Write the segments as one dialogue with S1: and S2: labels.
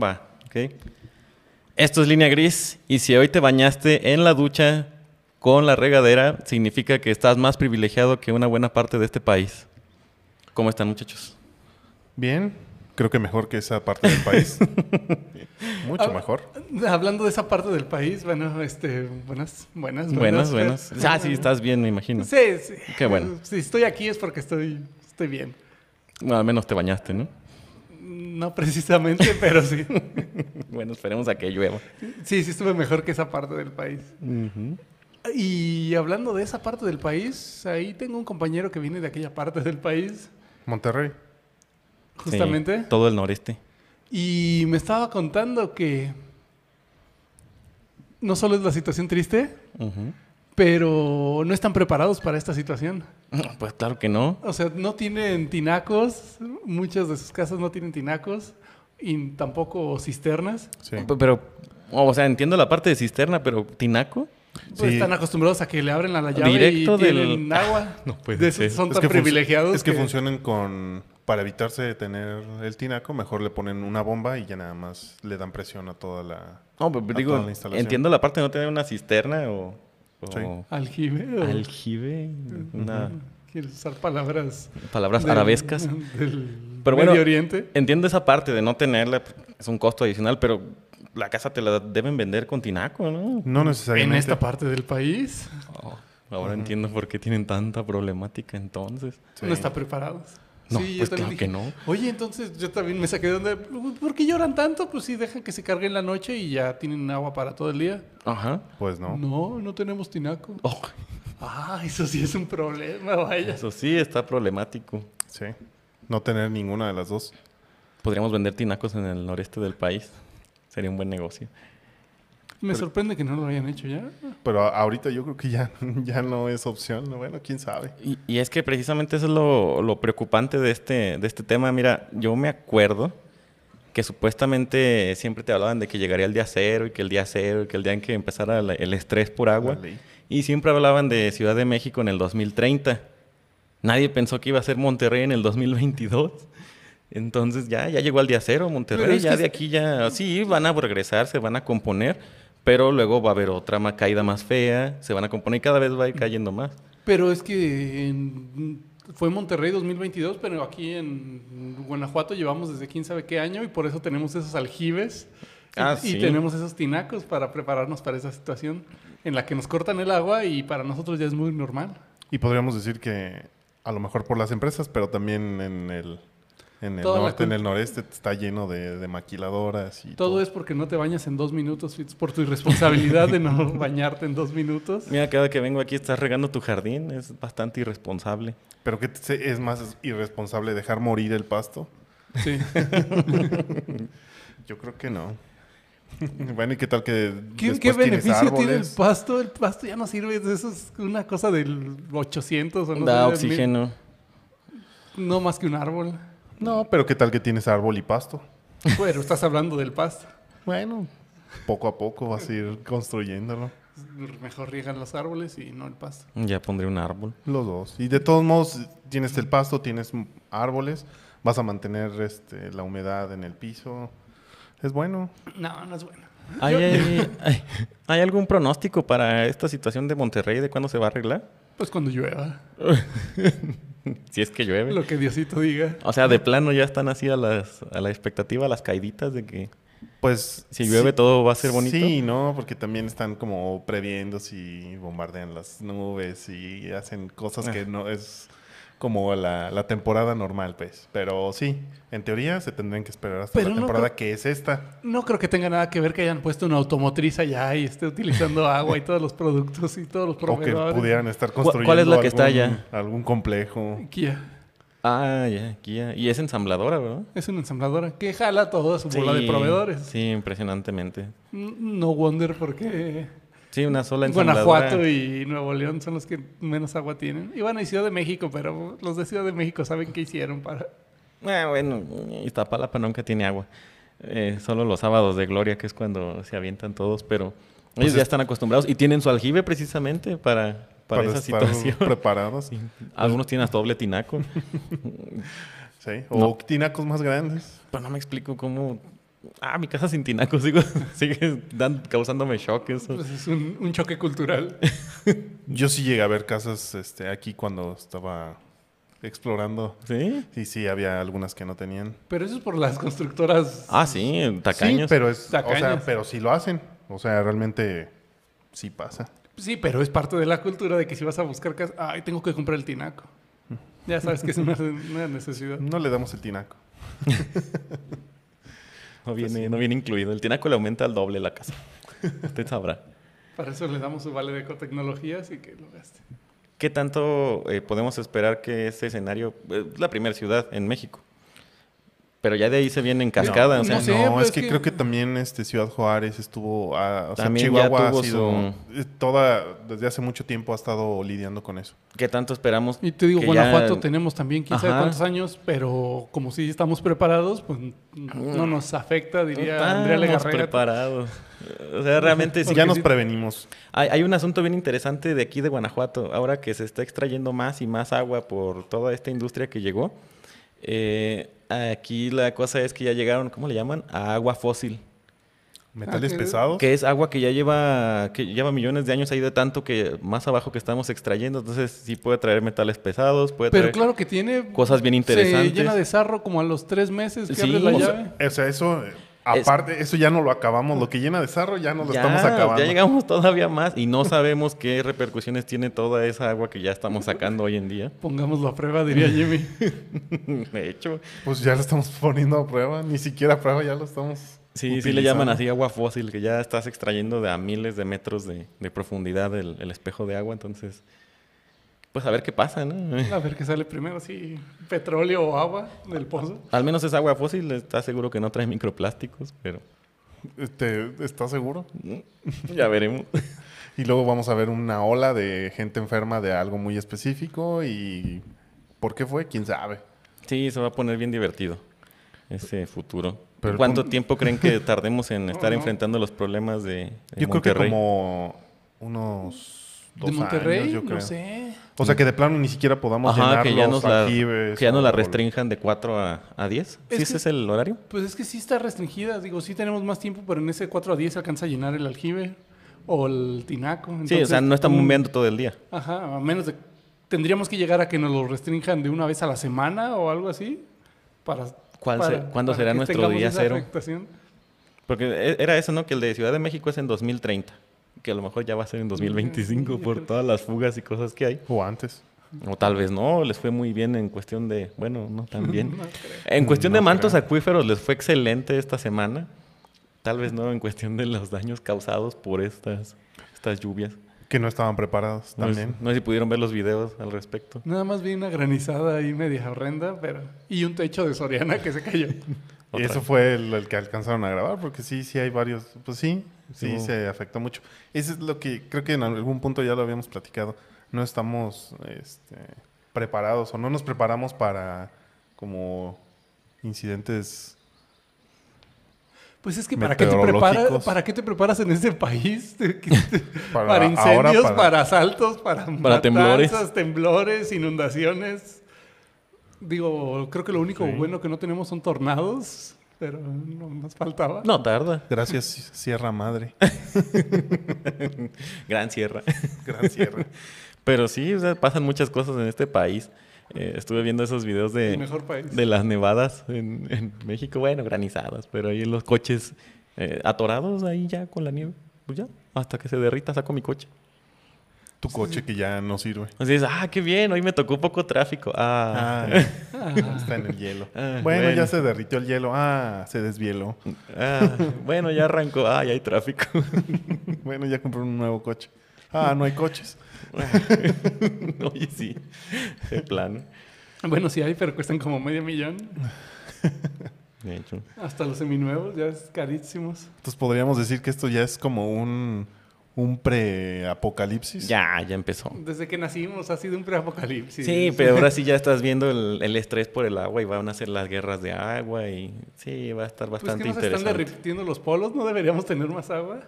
S1: Va, ok. Esto es línea gris y si hoy te bañaste en la ducha con la regadera, significa que estás más privilegiado que una buena parte de este país. ¿Cómo están muchachos?
S2: Bien, creo que mejor que esa parte del país. Mucho
S1: Ah.
S3: Hab-
S2: mejor.
S3: Hablando de esa parte del país, bueno, este, buenas, buenas,
S1: Buenas, buenas. Ah, sí, estás bien, me imagino.
S3: Sí, sí.
S1: Qué bueno.
S3: Si estoy aquí es porque estoy, estoy bien.
S1: No, al menos te bañaste, ¿no?
S3: No precisamente, pero sí.
S1: Bueno, esperemos a que llueva.
S3: Sí, sí estuve mejor que esa parte del país. Y hablando de esa parte del país, ahí tengo un compañero que viene de aquella parte del país,
S2: Monterrey.
S1: Sí,
S3: justamente.
S1: todo el noreste.
S3: Y me estaba contando que no solo es la situación triste,
S1: Ujú.
S3: pero no están preparados para esta situación.
S1: Pues claro que no.
S3: O sea, no tienen tinacos, muchas de sus casas no tienen tinacos y tampoco cisternas.
S2: Sí.
S1: P- Pero, o sea, entiendo la parte de cisterna, pero tinaco.
S3: Pues
S2: Sí.
S3: Están acostumbrados a que le abren a la llave
S1: Directo
S3: y tienen
S1: del- Ah,
S3: agua.
S1: No puede
S3: De esos
S1: ser.
S3: Son
S2: Es
S3: tan
S2: que func-
S3: privilegiados.
S2: Es que, funcionan con. Para evitarse de tener el tinaco, mejor le ponen una bomba y ya nada más le dan presión a toda la.
S1: No, pero
S2: A
S1: digo,
S2: Ah, toda la instalación.
S1: entiendo la parte de no tener una cisterna o, o
S2: Sí.
S3: Aljibe. o-
S1: aljibe, una,
S3: ¿Quieres usar palabras?
S1: palabras
S3: del-
S1: arabescas.
S3: Del
S1: Pero
S3: Medio
S1: bueno,
S3: Oriente.
S1: Entiendo esa parte de no tenerla, es un costo adicional, pero la casa te la deben vender con tinaco, ¿no?
S2: No
S3: En
S2: necesariamente.
S3: esta parte del país
S1: Oh, ahora entiendo por qué tienen tanta problemática entonces.
S2: Sí.
S3: no está preparados.
S1: No,
S3: Sí, yo
S1: pues claro
S3: también
S1: que
S3: dije,
S1: no.
S3: Oye, entonces yo también me saqué de onda. ¿Por qué lloran tanto? Pues sí, dejan que se cargue en la noche y ya tienen agua para todo el día.
S1: Ajá.
S2: Pues no.
S3: No, no tenemos tinaco.
S1: Oh,
S3: Ah, eso sí es un problema, vaya.
S1: eso sí está problemático.
S2: Sí. No tener ninguna de las dos.
S1: Podríamos vender tinacos en el noreste del país. Sería un buen negocio.
S3: Me sorprende que no lo hayan hecho ya.
S2: Pero a- ahorita yo creo que ya, ya no es opción. Bueno, quién sabe.
S1: Y, y es que precisamente eso es lo, lo preocupante de este, de este tema. Mira, yo me acuerdo que supuestamente siempre te hablaban de que llegaría el día cero y que el día cero y que el día en que empezara la- el estrés por agua.
S2: La ley.
S1: Y siempre hablaban de Ciudad de México en el 2030. Nadie pensó que iba a ser Monterrey en el 2022. Entonces ya, ya llegó al día cero
S3: Pero
S1: Monterrey.
S3: es
S1: Ya
S3: que
S1: de
S3: es-
S1: aquí ya, sí, van a regresar, se van a componer. Pero luego va a haber otra ma- caída más fea, se van a componer y cada vez va a ir cayendo más.
S3: Pero es que en- fue Monterrey 2022, pero aquí en Guanajuato llevamos desde quién sabe qué año y por eso tenemos esos aljibes y-
S1: Ah,
S3: y,
S1: sí.
S3: tenemos esos tinacos para prepararnos para esa situación en la que nos cortan el agua y para nosotros ya es muy normal.
S2: Y podríamos decir que a lo mejor por las empresas, pero también en el, en el
S3: Toda la
S2: norte, en
S3: cul-
S2: el noreste está lleno de, de maquiladoras y
S3: Todo es porque no te bañas en dos minutos, Fitz, por tu irresponsabilidad de no bañarte en dos minutos.
S1: Mira, cada que vengo aquí estás regando tu jardín, es bastante irresponsable.
S2: Pero que se- es más irresponsable dejar morir el pasto.
S3: Sí.
S2: Yo creo que no. bueno, ¿y qué tal que
S3: ¿Qué,
S2: después
S3: qué
S2: tienes
S3: beneficio tiene el
S2: árboles?
S3: pasto? El pasto ya no sirve. Eso es una cosa del 800 o Pues no
S1: da
S3: sé, mil-
S1: oxígeno.
S3: No más que un árbol.
S2: No, pero ¿qué tal que tienes árbol y pasto?
S3: Bueno, estás hablando del pasto.
S2: Bueno, poco a poco vas a ir construyéndolo.
S3: Mejor riegan los árboles y no el pasto.
S1: Ya pondré un árbol.
S2: Los dos. Y de todos modos, tienes el pasto, tienes m- árboles, vas a mantener este, la humedad en el piso. Es bueno.
S3: No, no es bueno.
S1: ¿Hay, hay- hay- ¿hay algún pronóstico para esta situación de Monterrey de cuándo se va a arreglar?
S3: Pues cuando llueva,
S1: Si es que llueve.
S3: lo que Diosito diga.
S1: O sea, de plano ya están así a, las, a la expectativa, a las caiditas de que
S2: Pues.
S1: si llueve todo va a
S2: ser
S1: ser bonito.
S2: Sí, ¿no? Porque también están como previendo si bombardean las nubes y hacen cosas
S1: Ah.
S2: que no es como la, la temporada normal, pues. Pero sí, en teoría se tendrían que esperar hasta
S3: Pero
S2: la
S3: no
S2: temporada
S3: creo-
S2: que es esta.
S3: No creo que tenga nada que ver que hayan puesto una automotriz allá y esté utilizando agua y todos los productos y todos los
S2: O que
S3: proveedores.
S2: pudieran estar
S1: ¿Cuál- cuál
S2: construyendo.
S1: es la que está
S2: algún-
S1: allá?
S2: Algún complejo.
S3: Kia.
S1: Ah, ya, aquí ya. Y es ensambladora, ¿verdad?
S3: Es una ensambladora que jala toda su bola de proveedores.
S1: Sí, impresionantemente.
S3: N- No wonder porque
S1: Sí, una sola ensambladora.
S3: Guanajuato y Nuevo León son los que menos agua tienen. Y bueno, y Ciudad de México, pero los de Ciudad de México saben qué hicieron para...
S1: Ah, bueno, Iztapalapa nunca tiene agua. Eh, solo los sábados de gloria, que es cuando se avientan todos, pero
S2: Pues
S1: ellos ya
S2: es-
S1: están acostumbrados y tienen su aljibe precisamente para, para, esa
S2: estar
S1: situación.
S2: preparados.
S1: Sí. Algunos tienen hasta doble tinaco.
S2: Sí, o
S1: No.
S2: tinacos más grandes.
S1: pero no me explico cómo Ah, mi casa sin tinacos, digo, sigue dan- causándome shock eso.
S3: Pues es un, un choque cultural.
S2: Yo sí llegué a ver casas este, aquí cuando estaba explorando.
S1: ¿Sí?
S2: Sí, sí, había algunas que no tenían.
S3: Pero eso es por las constructoras.
S1: Ah, sí,
S2: Sí,
S1: tacaños.
S2: pero es, o sea,
S3: Tacaños.
S2: pero sí lo hacen. O sea, realmente sí pasa.
S3: Sí, pero es parte de la cultura de que si vas a buscar casa, ay, tengo que comprar el tinaco. Ya sabes que es una, una necesidad.
S2: No le damos el tinaco.
S1: no,
S2: pues
S1: viene, no viene incluido. El tinaco le aumenta al doble la casa. Usted sabrá.
S3: Para eso le damos su vale de ecotecnologías y que lo gaste.
S1: ¿Qué tanto eh, podemos esperar que ese escenario... eh, Es la primera ciudad en México. Pero ya de ahí se viene en cascada. o sea,
S2: no,
S3: no sé,
S2: no,
S3: pues
S2: es que,
S3: que-
S2: creo que también este Ciudad Juárez estuvo, ah, o sea,
S1: También ya
S2: Chihuahua ha
S1: tuvo
S2: sido eh, toda desde hace mucho tiempo ha estado lidiando con eso.
S1: ¿Qué tanto esperamos?
S3: Y te digo,
S1: que
S3: Guanajuato
S1: ya-
S3: tenemos también quién sabe
S1: Ajá.
S3: cuántos años, pero como si estamos preparados, pues
S1: Ah.
S3: no nos afecta,
S1: No
S3: diría
S1: estamos
S3: Andrea Legarreta.
S1: preparados. O sea, realmente sí.
S2: ya nos
S3: sí-
S2: prevenimos.
S1: Hay, hay un asunto bien interesante de aquí de Guanajuato, ahora que se está extrayendo más y más agua por toda esta industria que llegó. eh, aquí la cosa es que ya llegaron, ¿cómo le llaman? A agua fósil,
S2: Metales
S3: Ah, que-
S2: pesados.
S1: que es agua que ya lleva, que lleva millones de años ahí de tanto que más abajo que estamos extrayendo, entonces sí puede traer metales pesados, puede
S3: Pero
S1: traer
S3: claro que tiene.
S1: cosas bien interesantes.
S3: Se llena de sarro como a los tres meses que
S1: Sí.
S3: abres la
S1: O sea,
S3: llave.
S2: O sea, eso eh, aparte, eso ya no lo acabamos. Lo que llena de sarro ya no lo
S1: Ya,
S2: estamos acabando.
S1: ya llegamos todavía más y no sabemos qué repercusiones tiene toda esa agua que ya estamos sacando hoy en día.
S3: Pongámoslo a prueba, diría Jimmy.
S1: De hecho,
S2: Pues ya lo estamos poniendo a prueba, ni siquiera a prueba, ya lo estamos.
S1: Sí, sí le llaman así agua fósil, que ya estás extrayendo de a miles de metros de, de profundidad el, el espejo de agua, entonces, pues a ver qué pasa, ¿no?
S3: A ver qué sale primero, si petróleo o agua del pozo.
S1: Al menos es agua fósil, está seguro que no trae microplásticos, pero
S2: Este, ¿Estás seguro?
S1: ya veremos.
S2: Y luego vamos a ver una ola de gente enferma de algo muy específico y ¿por qué fue? ¿Quién sabe?
S1: Sí, se va a poner bien divertido ese futuro.
S2: Pero el
S1: ¿Cuánto
S2: punto-
S1: tiempo creen que tardemos en estar
S3: no.
S1: enfrentando los problemas de, de
S2: Yo creo que
S1: Monterrey?
S2: como unos dos
S3: ¿De Monterrey?
S2: años, yo creo.
S3: No sé.
S2: O sea, que de plano ni siquiera podamos
S1: Ajá,
S2: llenar
S1: que ya
S2: los
S1: nos la,
S2: aljibes
S1: que ya nos
S2: o-
S1: la restrinjan de 4 a, a 10.
S3: Es
S1: ¿Sí
S3: que-
S1: ese es el horario?
S3: Pues es que sí está restringida. Digo, sí tenemos más tiempo, pero en ese 4 a 10 se alcanza a llenar el aljibe o el tinaco.
S1: sí, o sea,
S3: Entonces,
S1: no están
S3: mm,
S1: bombeando todo el día.
S3: Ajá, a menos de... Tendríamos que llegar a que nos lo restrinjan de una vez a la semana o algo así. Para,
S1: ¿Cuál
S3: para-
S1: se- cuándo
S3: para
S1: será
S3: que
S1: nuestro
S3: tengamos
S1: día
S3: esa
S1: cero?
S3: afectación.
S1: Porque e- era eso, ¿no? Que el de Ciudad de México es en 2030. Que a lo mejor ya va a ser en 2025 por todas las fugas y cosas que hay.
S2: O antes.
S1: O tal vez no, les fue muy bien en cuestión de... Bueno, no tan bien.
S3: No creo.
S1: En cuestión
S2: Mm, No
S1: de mantos
S2: creo.
S1: acuíferos les fue excelente esta semana. Tal vez no en cuestión de los daños causados por estas, estas lluvias.
S2: Que no estaban preparados
S1: No sé-
S2: también.
S1: no sé si pudieron ver los videos al respecto.
S3: Nada más vi una granizada ahí media horrenda, pero... Y un techo de Soriana que se cayó.
S1: Otra.
S2: Eso fue el, el que alcanzaron a grabar, porque sí, sí hay varios. Pues sí, sí,
S1: Sí, hubo.
S2: se afectó mucho. Eso es lo que creo que en algún punto ya lo habíamos platicado. No estamos este, preparados o no nos preparamos para como incidentes.
S3: Pues es que ¿para qué te preparas,
S2: Meteorológicos.
S3: para qué te preparas en este país? ¿Qué te-
S2: Para
S3: para,
S2: ahora,
S3: incendios,
S2: para-
S3: para... asaltos, para, matanzas,
S1: temblores.
S3: temblores, inundaciones. Digo, creo que lo único
S2: Sí.
S3: bueno que no tenemos son tornados, pero no más faltaba.
S1: No tarda.
S2: Gracias, Sierra Madre.
S1: Gran sierra.
S2: Gran Sierra.
S1: Pero sí, o sea, pasan muchas cosas en este país. Eh, estuve viendo esos videos de...
S3: El mejor país.
S1: de las nevadas en, en México, bueno, granizadas, pero ahí en los coches eh, atorados ahí ya con la nieve, pues ya, hasta que se derrita saco mi coche.
S2: Tu coche que ya no sirve.
S1: Así es, ah, qué bien, hoy me tocó poco tráfico. Ah,
S2: Ah, está en el hielo.
S1: Ah,
S2: bueno,
S1: bueno.
S2: ya se derritió el hielo. Ah, se desvieló.
S1: ah, bueno, ya arrancó, ah, ya hay tráfico.
S2: Bueno, ya compré un nuevo coche. Ah, no hay coches.
S1: Oye, sí, de plano.
S3: Bueno, sí hay, pero cuestan como medio millón.
S1: De hecho,
S3: Hasta los seminuevos, ya es carísimos.
S2: Entonces podríamos decir que esto ya es como un, un preapocalipsis.
S1: ya, ya empezó.
S3: Desde que nacimos ha sido un preapocalipsis.
S1: Sí, pero ahora sí ya estás viendo el, el estrés por el agua y van a ser las guerras de agua y sí, va a estar
S3: Pues
S1: bastante
S3: que nos están
S1: interesante.
S3: derritiendo los polos, ¿no deberíamos tener más agua?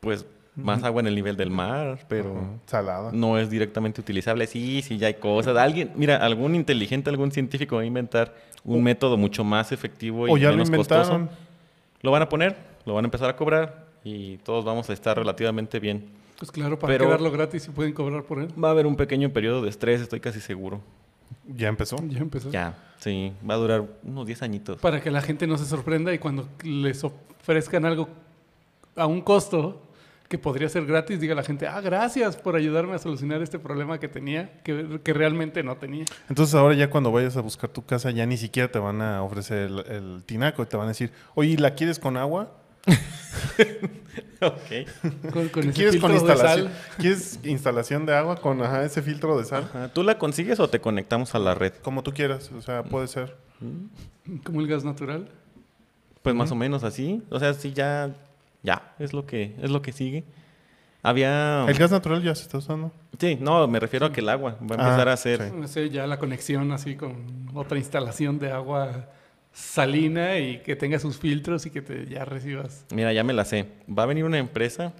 S1: pues más agua en el nivel del mar, pero...
S2: Ujú. Salada.
S1: no es directamente utilizable. Sí, sí, ya hay cosas. Alguien, mira, algún inteligente, algún científico va a inventar un método mucho más efectivo y
S2: o ya lo
S1: menos costoso.
S2: inventaron.
S1: Lo van a poner, lo van a empezar a cobrar y todos vamos a estar relativamente bien.
S3: Pues claro, para
S1: Pero-
S3: qué darlo gratis si pueden cobrar por él.
S1: Va a haber un pequeño periodo de estrés, estoy casi seguro.
S2: ¿Ya empezó?
S3: Ya empezó.
S1: Ya, sí, va a durar unos 10 añitos.
S2: Pues,
S3: Para que la gente no se sorprenda y cuando les ofrezcan algo a un costo que podría ser gratis, diga la gente, ah, gracias por ayudarme a solucionar este problema que tenía, que, que realmente no tenía.
S2: Entonces ahora ya cuando vayas a buscar tu casa ya ni siquiera te van a ofrecer el, el tinaco, te van a decir, oye, ¿y ¿la quieres con agua?
S1: ok.
S3: Con, con ese
S2: ¿Quieres con
S3: filtro de
S2: instalación?
S3: sal.
S2: ¿Quieres instalación de agua con ajá, ese filtro de sal?
S1: Ajá, Ah, ¿Tú la consigues o te conectamos a la red?
S2: Como tú quieras, o sea, puede ser.
S3: Como el gas natural.
S1: Pues más o menos así. O sea, sí ya, ya, es lo que, es lo que sigue. Había...
S2: El gas natural ya se está usando.
S1: Sí, no, me refiero a que el agua va a
S2: Ah,
S1: empezar a ser...
S2: sí.
S3: No sé, ya la conexión así con otra instalación de agua salina y que tenga sus filtros y que te, ya recibas.
S1: Mira, ya me la sé. Va a venir una empresa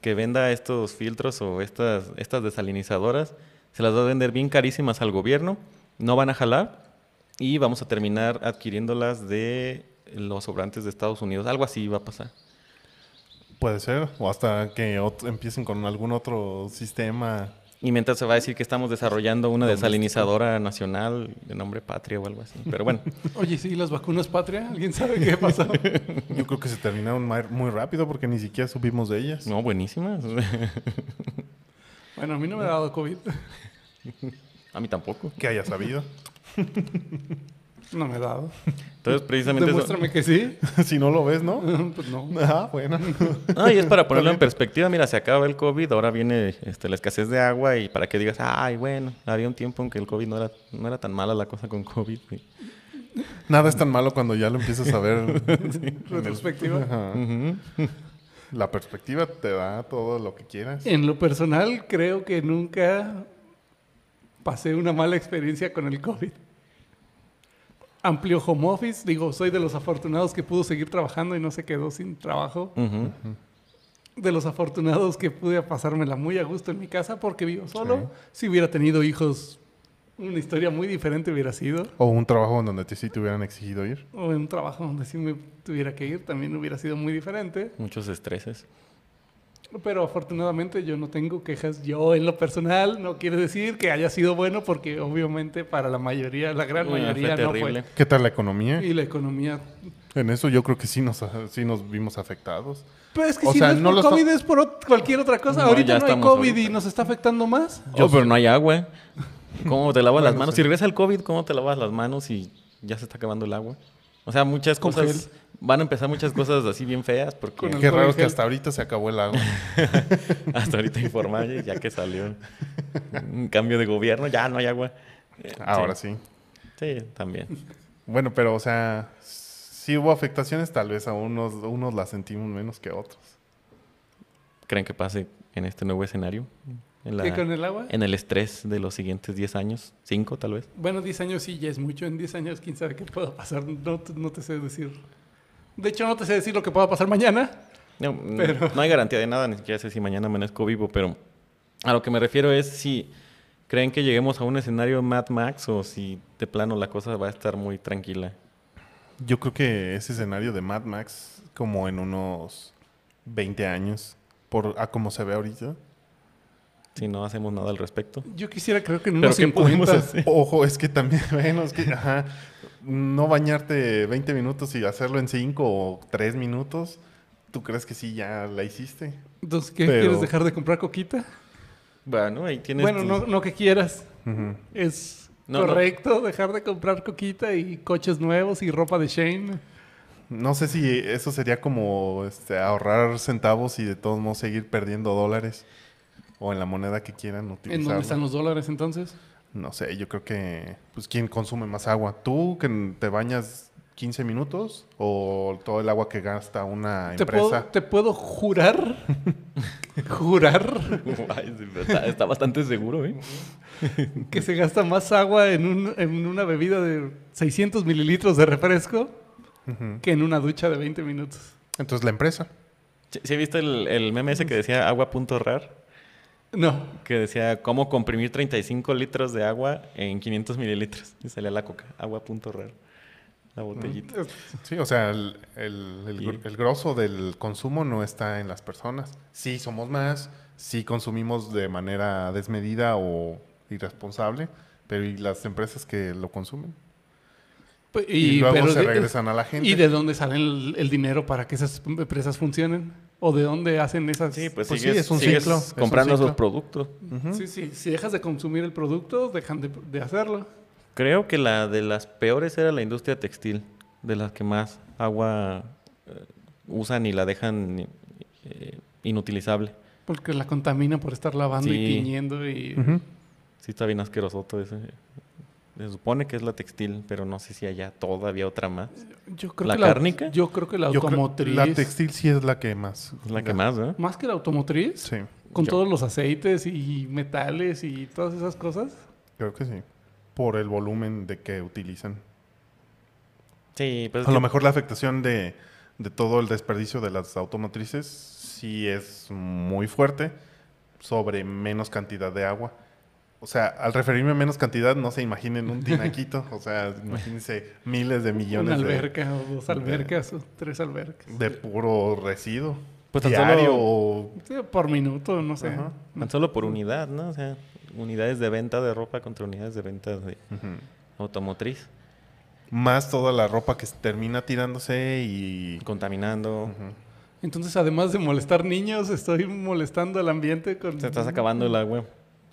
S1: que venda estos filtros o estas, estas desalinizadoras. Se las va a vender bien carísimas al gobierno. No van a jalar. Y vamos a terminar adquiriéndolas de los sobrantes de Estados Unidos. Algo así va a pasar.
S2: Puede ser. O hasta que ot- empiecen con algún otro sistema.
S1: Y mientras se va a decir que estamos desarrollando una desalinizadora nacional de nombre patria o algo así. Pero bueno,
S3: Oye, sí, las vacunas patria, ¿alguien sabe qué pasó?
S2: Yo creo que se terminaron ma- muy rápido porque ni siquiera subimos de ellas.
S1: no, buenísimas.
S3: bueno, a mí no me ha dado COVID.
S1: a mí tampoco.
S2: Que haya sabido.
S3: No me ha dado.
S1: Entonces, precisamente... eso-
S3: Demuéstrame que sí.
S2: si no lo ves, ¿no?
S3: pues no.
S2: Ah, bueno.
S1: No, y es para ponerlo en perspectiva, mira, se acaba el COVID, ahora viene este, la escasez de agua y para que digas, ay, bueno, había un tiempo en que el COVID no era, no era tan mala la cosa con COVID. y-
S2: Nada es tan malo cuando ya lo empiezas a ver.
S3: Retrospectiva.
S2: Ajá.
S1: Ujú.
S2: La perspectiva te da todo lo que quieras.
S3: En lo personal, creo que nunca pasé una mala experiencia con el COVID. Amplio home office. Digo, soy de los afortunados que pudo seguir trabajando y no se quedó sin trabajo.
S1: Ujú.
S3: De los afortunados que pude pasármela muy a gusto en mi casa porque vivo solo. Si hubiera tenido hijos, una historia muy diferente hubiera sido.
S2: O un trabajo en donde te, sí te hubieran exigido ir.
S3: O en un trabajo donde sí me tuviera que ir también hubiera sido muy diferente.
S1: Muchos estreses.
S3: Pero afortunadamente yo no tengo quejas. Yo en lo personal no quiere decir que haya sido bueno porque obviamente para la mayoría, la gran
S1: Ah,
S3: mayoría
S1: fue
S3: no
S1: terrible.
S3: fue.
S2: ¿Qué tal la economía?
S3: Y la economía.
S2: En eso yo creo que sí nos, sí nos vimos afectados.
S3: Pero pues es que
S2: O
S3: si
S2: sea,
S3: no es
S2: no
S3: por
S2: lo
S3: COVID
S2: está-
S3: es por ot- cualquier otra cosa.
S1: No, ya
S3: ahorita no hay
S1: estamos
S3: COVID y
S1: ahorita.
S3: nos está afectando más.
S1: Oh, pero no hay agua. ¿Cómo te lavas las
S2: Bueno,
S1: manos?
S2: sí.
S1: Si regresa el COVID, ¿cómo te lavas las manos y ya se está acabando el agua? O sea, muchas
S3: Con
S1: cosas... Van a empezar muchas cosas así bien feas porque
S3: Con el-
S2: Qué raro
S3: alcohol en
S2: que
S3: gel.
S2: hasta ahorita se acabó el agua.
S1: hasta ahorita informales ya que salió un cambio de gobierno, ya no hay agua. Eh,
S2: Ahora sí.
S1: Sí, también.
S2: Bueno, pero o sea, sí hubo afectaciones, tal vez a unos, unos las sentimos menos que a otros.
S1: creen que pase en este nuevo escenario? En, la-
S3: ¿Qué con el agua?
S1: en el estrés de los siguientes 10 años, 5 tal vez.
S3: Bueno, 10 años sí ya es mucho. En 10 años quién sabe qué pueda pasar. No, te- no te sé decir. De hecho, no te sé decir lo que pueda pasar mañana.
S1: No, no-
S3: Pero-
S1: no hay garantía de nada, ni siquiera sé si mañana amanezco vivo, pero a lo que me refiero es si creen que lleguemos a un escenario Mad Max o si de plano la cosa va a estar muy tranquila.
S2: Yo creo que ese escenario de Mad Max, como en unos 20 años, por, a como se ve ahorita.
S1: Si no hacemos nada al respecto.
S3: Yo quisiera creo que en
S1: Pero
S3: unos
S1: ¿qué podemos
S3: 50.
S1: hacer?
S2: Ojo, es que también, bueno, es que, ajá, no bañarte 20 minutos y hacerlo en 5 o 3 minutos, ¿tú crees que sí ya la hiciste?
S3: Entonces, ¿qué?
S2: Pero-
S3: ¿Quieres dejar de comprar coquita?
S1: Bueno, ahí tienes...
S3: Bueno,
S1: tus-
S3: no, no que quieras.
S2: Ujú.
S3: Es
S1: No, no.
S3: correcto dejar de comprar coquita y coches nuevos y ropa de Shane.
S2: No sé si eso sería como este, ahorrar centavos y de todos modos seguir perdiendo dólares o en la moneda que quieran
S3: ¿En dónde están
S2: utilizar.
S3: los dólares entonces?
S2: No sé, yo creo que pues quién consume más agua, tú que te bañas 15 minutos o todo el agua que gasta una
S3: ¿Te puedo,
S2: empresa.
S3: te puedo jurar, jurar
S1: Ay, sí, pero está, está bastante seguro, ¿eh?
S3: que se gasta más agua en, un- en una bebida de 600 mililitros de refresco
S2: Ujú.
S3: que en una ducha de 20 minutos.
S2: Entonces la empresa.
S1: ¿Sí, sí viste el, el meme ese que decía agua.rar?
S3: No,
S1: que decía cómo comprimir 35 litros de agua en 500 mililitros. Y salía la coca, agua punto raro.
S2: Mm,
S1: la botellita.
S2: pues Sí, o sea, el, el- el gr- el grosso del consumo no está en las personas. Sí, somos más, sí consumimos de manera desmedida o irresponsable, pero ¿y las empresas que lo consumen?
S3: P-
S2: Y, luego
S3: pero
S2: se
S3: de-
S2: regresan a la gente.
S3: ¿Y de dónde sale el, el dinero para que esas empresas funcionen? ¿O de dónde hacen esas...?
S1: Sí, pues,
S2: Pues sí,
S1: sigues,
S2: es un
S1: sigues
S2: ciclo, es un
S1: comprando
S2: ciclo.
S1: esos productos.
S2: Ujú.
S3: Sí, sí, Si dejas de consumir el producto, dejan de, de hacerlo.
S1: Creo que la de las peores era la industria textil, de las que más agua eh, usan y la dejan eh, inutilizable.
S3: Porque la contamina por estar lavando y
S1: Sí.
S3: tiñendo y...
S2: Ujú.
S1: Sí, está bien asqueroso todo ese. Se supone que es la textil, pero no sé si allá todavía otra más.
S3: Yo creo
S1: ¿La
S3: que
S1: cárnica?
S3: yo creo que la
S2: Yo creo-
S3: automotriz...
S2: La textil sí es la que más.
S1: Es la que más, ¿no?
S3: Más que la automotriz,
S2: Sí,
S3: con
S1: Yo-
S3: todos los aceites y metales y todas esas cosas.
S2: creo que sí. Por el volumen de que utilizan.
S1: Sí, pues.
S2: A lo mejor la afectación de, de todo el desperdicio de las automotrices sí es muy fuerte sobre menos cantidad de agua. O sea, al referirme a menos cantidad, no se imaginen un tinaquito. o sea, imagínense miles de
S3: Una
S2: millones de,
S3: alberca o dos
S2: de-
S3: albercas o tres albercas.
S2: de puro residuo.
S1: Pues tan
S2: diario
S1: solo-
S2: o-
S3: Sí, por minuto, no sé.
S2: Ajá.
S1: Tan solo por unidad, ¿no? O sea, unidades de venta de ropa contra unidades de venta de
S2: Ujú.
S1: automotriz.
S2: Más toda la ropa que se termina tirándose y...
S1: Contaminando.
S2: Ujú.
S3: Entonces, además de molestar niños, estoy molestando al ambiente con,
S1: Te estás acabando el agua.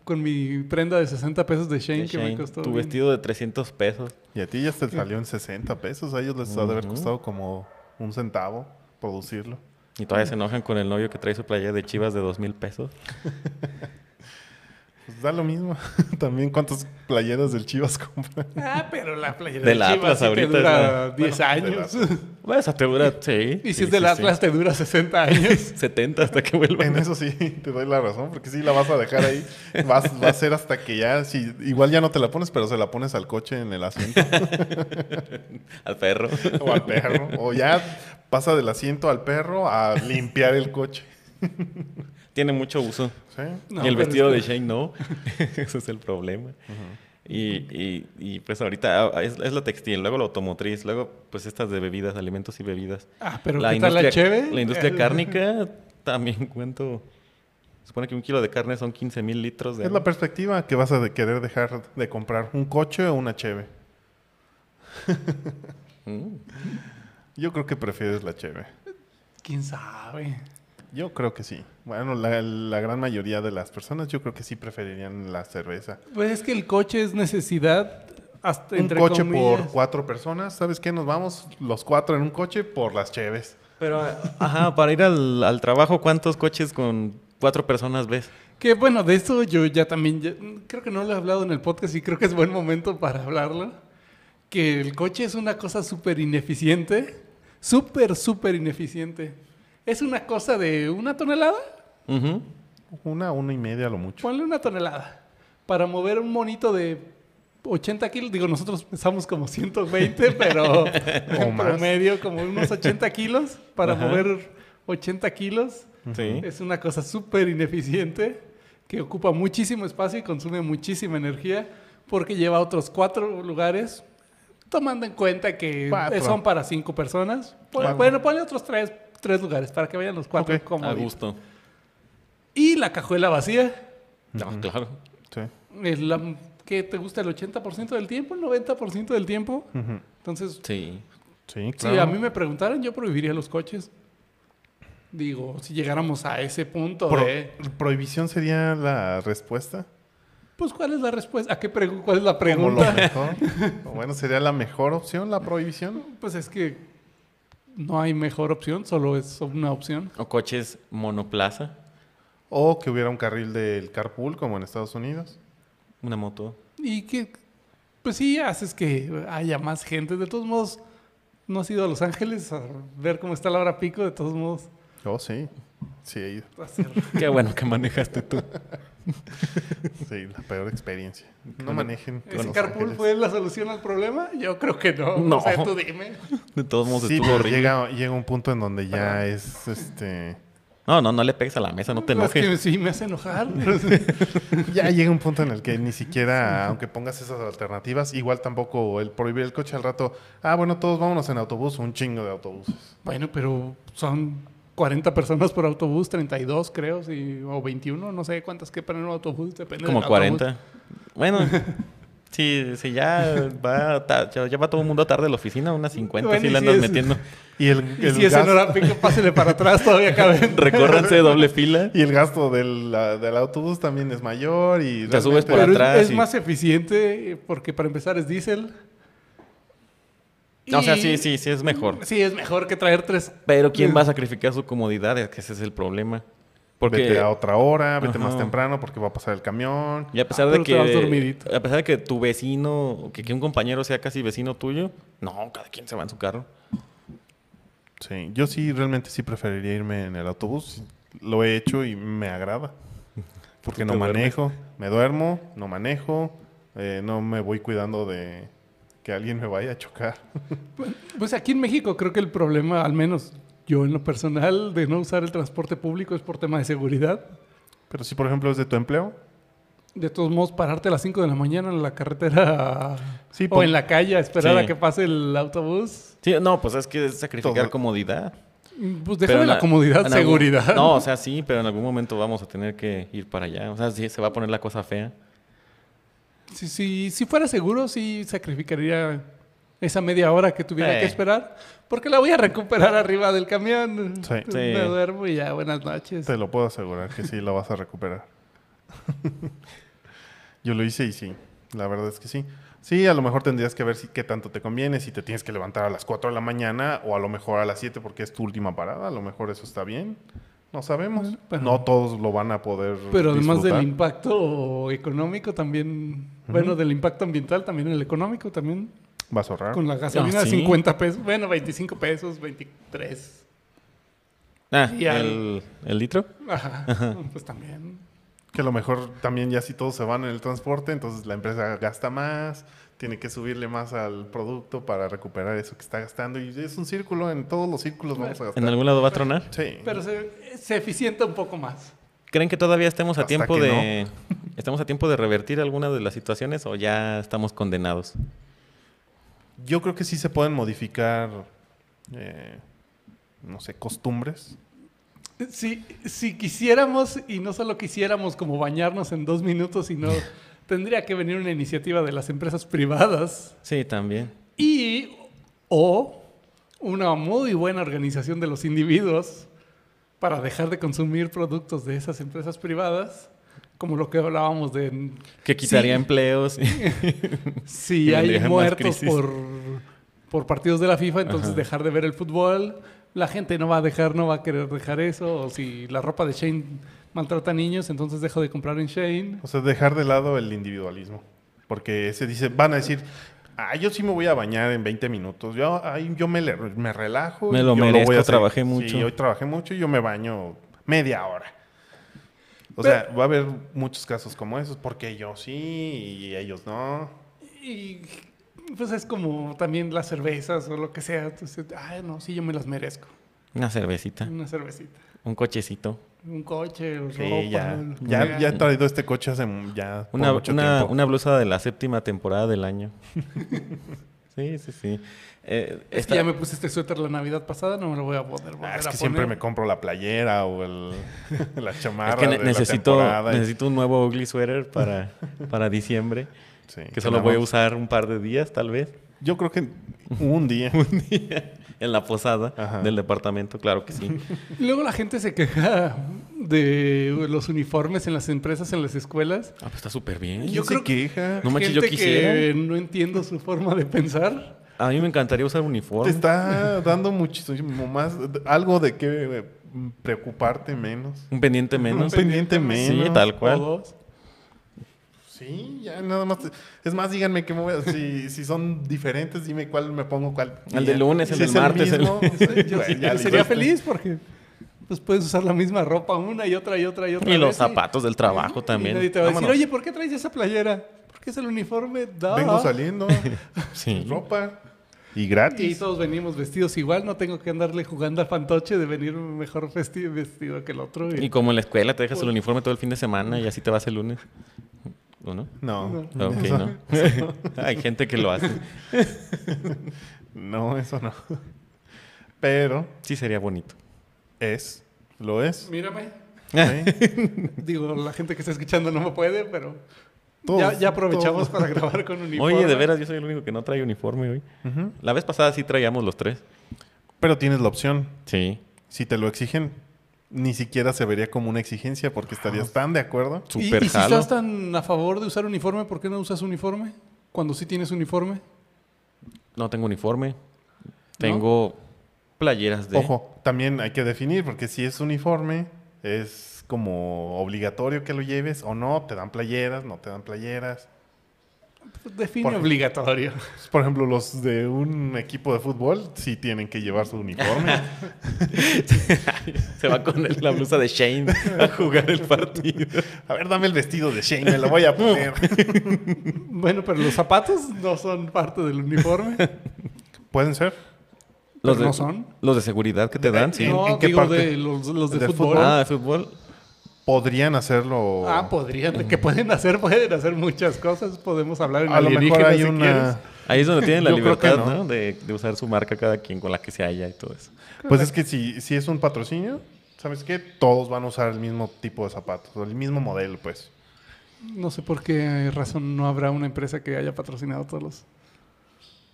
S3: con mi prenda de 60 pesos de Shane,
S1: de
S3: que me
S1: Shein.
S3: costó.
S1: tu
S3: bien.
S1: vestido de 300 pesos.
S2: Y a ti ya te salió en 60 pesos. A ellos les ha de haber
S1: Ujú.
S2: costado como un centavo producirlo.
S1: Y todavía se enojan con el novio que trae su playa de chivas de 2 mil pesos.
S2: Pues da lo mismo. También cuántas playeras del Chivas compran.
S3: Ah, pero la playera
S1: Del Atlas
S3: Chivas sí te
S1: ahorita es
S3: dura
S1: la-
S3: 10
S2: del
S3: años.
S1: Bueno, esa te dura, sí.
S3: y si
S1: sí,
S3: es del
S1: sí, sí.
S3: Atlas, te dura 60 años.
S1: 70 hasta que vuelvan.
S2: En eso sí, te doy la razón, porque sí la vas a dejar ahí. Vas, va a ser hasta que ya, si, igual ya no te la pones, pero se la pones al coche en el asiento
S1: Al perro.
S2: o al perro. O ya pasa del asiento al perro a limpiar el coche.
S1: Tiene mucho uso.
S2: ¿Sí?
S3: No,
S1: y el
S3: pero
S1: vestido
S3: es
S1: de Shane no. Ese es el problema. y, y- y, pues ahorita ah, es, es la textil, luego la automotriz, luego pues estas de bebidas, alimentos y bebidas.
S3: Ah, pero ¿qué tal la cheve?
S1: la
S3: Eh,
S1: industria cárnica también cuento. Se supone que un kilo de carne son 15 mil litros de...
S2: Es la perspectiva que vas a de- querer dejar de comprar un coche o una cheve.
S1: Mm.
S2: Yo creo que prefieres la cheve.
S3: ¿Quién sabe?
S2: Yo creo que sí. Bueno, la, la gran mayoría de las personas yo creo que sí preferirían la cerveza.
S3: Pues es que el coche es necesidad hasta
S2: un
S3: entre
S2: coche
S3: comillas.
S2: por cuatro personas, ¿sabes qué? Nos vamos los cuatro en un coche por las cheves.
S1: Pero,
S3: ah,
S1: ajá, para ir al, al trabajo, ¿cuántos coches con cuatro personas ves?
S3: Que bueno, de esto yo ya también, ya- creo que no lo he hablado en el podcast y creo que es buen momento para hablarlo. Que el coche es una cosa súper ineficiente, súper, súper ineficiente. Es una cosa de una tonelada,
S1: Ujú.
S2: Una, una y media a lo mucho.
S3: ponle una tonelada, para mover un monito de 80 kilos. Digo, nosotros pesamos como 120, pero
S2: O
S3: en
S2: más.
S3: promedio como unos 80 kilos para
S1: Ajá.
S3: mover 80 kilos.
S1: Sí.
S3: Es una cosa súper ineficiente que ocupa muchísimo espacio y consume muchísima energía porque lleva a otros cuatro lugares, tomando en cuenta que
S2: Cuatro.
S3: son para cinco personas. Pon-
S2: Cuatro.
S3: Bueno, ponle otros tres, tres lugares para que vayan los cuatro
S2: Ok.
S1: A
S3: cómodos.
S1: gusto.
S3: Y la cajuela vacía,
S1: No, claro.
S2: Sí.
S3: es la que te gusta el 80% del tiempo, el 90% del tiempo.
S2: Ujú.
S3: Entonces,
S1: Sí.
S2: Sí,
S3: Si
S2: claro.
S3: a mí me preguntaran, yo prohibiría los coches. Digo, si llegáramos a ese punto
S2: Pro-
S3: de...
S2: ¿Prohibición sería la respuesta?
S3: Pues, ¿cuál es la respuesta? ¿A qué pregu- ¿Cuál es la
S2: Como lo
S3: pregunta?
S2: mejor. O bueno, sería la mejor opción, la prohibición.
S3: Pues es que no hay mejor opción, solo es una opción.
S1: O coches monoplaza,
S2: O que hubiera un carril del carpool, como en Estados Unidos.
S1: una moto.
S3: Y que, pues sí, haces que haya más gente. De todos modos, no has ido a Los Ángeles a ver cómo está la hora pico. De todos modos,
S2: Oh, sí. Sí, he ido.
S3: hacer-
S1: Qué bueno que manejaste tú.
S2: Sí, la peor experiencia. No manejen.
S3: ¿Ese
S2: Los
S3: carpool
S2: Ángeles.
S3: fue la solución al problema? Yo creo que no.
S1: No.
S3: O sea, tú dime.
S1: De todos modos
S2: Sí,
S1: estuvo
S2: pero
S1: horrible.
S2: llega, llega un punto en donde ya es este
S1: No, no, no le pegues a la mesa, no te
S3: Es que
S1: enojes.
S3: sí, me hace enojar.
S2: Ya llega un punto en el que ni siquiera, aunque pongas esas alternativas, igual tampoco el prohibir el coche al rato. Ah, bueno, todos vámonos en autobús, un chingo de autobuses.
S3: bueno, pero son 40 personas por autobús, 32 creo, si- o 21, no sé cuántas quepan en un autobús, depende
S1: Como
S3: del
S1: 40. Bueno, si, si ya, va ta- ya, ya va todo el mundo tarde a la oficina, unas 50
S3: Bueno,
S1: si
S3: y
S1: le
S3: si
S1: andas
S3: es-
S1: metiendo.
S2: Y el,
S3: autobús. Y
S2: el
S3: si es en
S2: gasto,
S3: hora pico, pásele para atrás, todavía caben.
S1: Recórranse de doble fila.
S2: y el gasto del, la- del autobús también es mayor. Y
S1: Te subes
S2: realmente-
S1: por
S3: Pero es-
S1: atrás
S3: es,
S1: y-
S3: más eficiente eh, porque para empezar es diésel.
S1: O sea,
S3: Y-
S1: sí, sí, sí es mejor.
S3: Sí, es mejor que traer tres.
S1: Pero ¿quién va a sacrificar su comodidad? Es que ese es el problema.
S2: Vete
S1: Porque
S2: a otra hora, vete más
S1: Ajá.
S2: temprano porque va a pasar el camión.
S1: y a pesar
S3: Ah,
S1: de
S3: pero te vas
S1: que
S3: dormidito.
S1: a pesar de que tu vecino, que, que un compañero sea casi vecino tuyo, no, cada quien se va en su carro.
S2: Sí, yo sí, realmente sí preferiría irme en el autobús. Lo he hecho y me agrada. Porque no
S1: te duermes.
S2: manejo, me duermo, no manejo, eh, no me voy cuidando de que alguien me vaya a chocar.
S3: Pues aquí en México creo que el problema, al menos yo en lo personal, de no usar el transporte público es por tema de seguridad.
S2: Pero si, por ejemplo, es de tu empleo,
S3: De todos modos, pararte a las 5 de la mañana en la carretera
S2: Sí,
S3: o
S2: pon-
S3: en la calle a esperar
S1: Sí.
S3: a que pase el autobús.
S1: Sí, no, pues es que es sacrificar
S2: Todo.
S1: comodidad. Pero
S3: Pues déjame
S1: en
S3: la, comodidad,
S1: en algún-
S3: seguridad.
S1: no, o sea, sí, pero en algún momento vamos a tener que ir para allá. O sea, sí, se va a poner la cosa fea.
S3: Si, si, si fuera seguro, sí sacrificaría esa media hora que tuviera
S1: Sí.
S3: que esperar, porque la voy a recuperar arriba del camión.
S2: Sí.
S1: Sí.
S3: Me duermo y ya, buenas noches.
S2: te lo puedo asegurar que sí la vas a recuperar. yo lo hice y sí, la verdad es que sí. Sí, a lo mejor tendrías que ver si, qué tanto te conviene, si te tienes que levantar a las 4 de la mañana o a lo mejor a las 7 porque es tu última parada, a lo mejor eso está bien. No sabemos.
S3: Bueno, pero-
S2: no todos lo van a poder
S3: Pero además
S2: disfrutar.
S3: del impacto económico también, bueno, del impacto ambiental también, el económico también,
S2: Vas a ahorrar.
S3: con la gasolina
S1: Ah,
S3: a
S1: sí.
S3: 50 pesos, bueno, 25 pesos, 23.
S1: Ah,
S3: Y al-
S1: el, el litro.
S3: Ajá, pues también.
S2: Que a lo mejor también ya si todos se van en el transporte, entonces la empresa gasta más, tiene que subirle más al producto para recuperar eso que está gastando. Y es un círculo, en todos los círculos vamos a gastar.
S1: ¿En algún lado va a tronar?
S2: Sí.
S3: Pero se, se eficienta un poco más.
S1: ¿Creen que todavía estemos a
S2: Hasta
S1: tiempo
S2: que
S1: de estamos a tiempo de revertir alguna de las situaciones o ya estamos condenados?
S2: Yo creo que sí se pueden modificar, eh, no sé, costumbres.
S3: Si, si quisiéramos, y no solo quisiéramos como bañarnos en dos minutos, sino tendría que venir una iniciativa de las empresas privadas
S1: Sí, también.
S3: y o una muy buena organización de los individuos para dejar de consumir productos de esas empresas privadas, como lo que hablábamos de
S1: Que quitaría
S3: Sí.
S1: empleos.
S3: si
S1: Y le
S3: hay
S1: dejan más
S3: muertos
S1: crisis.
S3: por, por partidos de la FIFA, entonces
S1: Ajá.
S3: dejar de ver el fútbol, la gente no va a dejar, no va a querer dejar eso, o si la ropa de Shane maltrata a niños, entonces dejo de comprar en Shane.
S2: O sea, dejar de lado el individualismo. Porque se dice, van a decir, ah, yo sí me voy a bañar en 20 minutos. Yo, ay, yo me, le- me relajo.
S1: Me
S2: y
S1: lo
S2: yo
S1: merezco,
S2: voy a hacer".
S1: trabajé mucho.
S2: Sí, hoy trabajé mucho y yo me baño media hora. O
S3: Pero-
S2: sea, va a haber muchos casos como esos, porque yo sí y ellos no.
S3: Y pues es como también las cervezas o lo que sea, entonces, ay no, sí, yo me las merezco.
S1: Una cervecita,
S3: Una cervecita,
S1: un cochecito,
S3: un coche, ropa.
S2: Sí, ya,
S3: comida.
S2: ya, ya he traído este coche hace mu- ya por
S1: una,
S2: mucho
S1: una-
S2: tiempo.
S1: una blusa de la séptima temporada del año. sí, sí, sí. Eh,
S3: Es
S1: esta-
S3: que ya me puse este suéter la Navidad pasada, no me lo voy a poder volver
S2: Ah, es
S3: a
S2: que siempre
S3: poner.
S2: me compro la playera o el, la chamarra.
S1: es que ne-
S2: de la
S1: necesito,
S2: temporada y-
S1: necesito un nuevo ugly sweater para, para diciembre,
S2: sí,
S1: que solo voy a
S2: nada más-
S1: usar un par de días, tal vez,
S2: Yo creo que un día.
S1: en la posada
S2: Ajá.
S1: del departamento, claro que sí.
S3: Y Luego la gente se queja de los uniformes en las empresas, en las escuelas.
S1: Ah, pues está súper bien.
S3: Yo
S2: Yo
S3: creo
S2: creo queja.
S1: No manches, yo
S3: Gente que
S1: quisiera.
S3: no entiendo su forma de pensar.
S1: A mí me encantaría usar
S2: Te
S1: uniforme.
S2: está dando muchísimo más. Algo de que eh, preocuparte menos.
S1: Un pendiente menos.
S2: Un pendiente menos.
S1: Sí, tal
S3: o
S1: cual.
S3: dos.
S2: Sí, ya nada más. te- Es más, díganme qué me voy a- si, si son diferentes, dime cuál me pongo, cuál.
S1: El del lunes, el
S2: Si
S1: del
S2: es
S1: martes, el-
S2: mismo, sí,
S3: Yo
S2: güey,
S3: sí-
S2: ya
S3: yo
S2: le
S3: sería
S2: hiciste.
S3: feliz porque pues puedes usar la misma ropa una y otra y otra y otra.
S1: Y los
S3: vez,
S1: zapatos del trabajo
S3: Y nadie
S1: también.
S3: te va a decir,
S1: Vámonos.
S3: oye, ¿por qué traes esa playera? Porque es el uniforme. Da.
S2: Vengo saliendo.
S1: Sí.
S2: Ropa. Y
S3: Y
S2: gratis.
S3: todos venimos vestidos igual, no tengo que andarle jugando al fantoche de venir mejor vestido, vestido que el otro. y-
S1: Y como en la escuela te dejas el uniforme todo el fin de semana y así te vas el lunes. ¿O no?
S2: No,
S1: Ah, Ok,
S2: Eso-
S1: no. Hay gente que lo hace.
S2: no, eso no. Pero
S1: Sí sería bonito.
S2: es, lo es.
S3: Mírame.
S2: ¿sí?
S3: Digo, la gente que está escuchando no me puede, pero
S2: Todos-
S3: ya, ya aprovechamos
S2: todos-
S3: para grabar con uniforme.
S1: Oye, de veras, yo soy el único que no trae uniforme hoy.
S2: Ujú.
S1: La vez pasada sí traíamos los tres.
S2: Pero tienes la opción.
S1: Sí.
S2: Si te lo exigen, ni siquiera se vería como una exigencia porque estarías tan de acuerdo.
S3: ¿Y,
S1: Super
S3: y si
S1: jalo.
S3: estás tan a favor de usar uniforme, ¿por qué no usas uniforme? Cuando sí tienes uniforme.
S1: No tengo uniforme. Tengo playeras de...
S2: Ojo, también hay que definir porque si es uniforme, es como obligatorio que lo lleves o no, te dan playeras, no te dan playeras.
S3: pues, Define
S2: Por-
S3: obligatorio.
S2: Por ejemplo, los de un equipo de fútbol sí tienen que llevar su uniforme.
S1: Se va con el- la blusa de Shane a jugar el partido.
S2: A ver, dame el vestido de Shane, me lo voy a poner.
S3: Bueno, pero los zapatos no son parte del uniforme.
S2: Pueden ser.
S3: Los
S1: ¿Los
S3: no
S1: de,
S3: son.
S1: los de seguridad que te dan? Sí.
S3: No,
S2: ¿En qué
S3: digo
S2: parte?
S3: de los, los de,
S2: ¿De
S3: fútbol.
S2: fútbol?
S1: Ah, de fútbol.
S2: Podrían hacerlo.
S3: Ah, podrían, que pueden hacer, pueden hacer muchas cosas. Podemos hablar en
S2: a lo mejor
S3: alienígenas
S2: hay
S3: si quieres.
S2: una.
S1: Ahí es donde tienen la
S2: Yo creo que
S1: libertad,
S2: no.
S1: ¿no? De, de usar su marca cada quien con la que se halla y todo eso.
S2: Pues es que si, si es un patrocinio, ¿sabes qué? Todos van a usar el mismo tipo de zapatos, o el mismo modelo, pues.
S3: No sé por qué razón no habrá una empresa que haya patrocinado todos los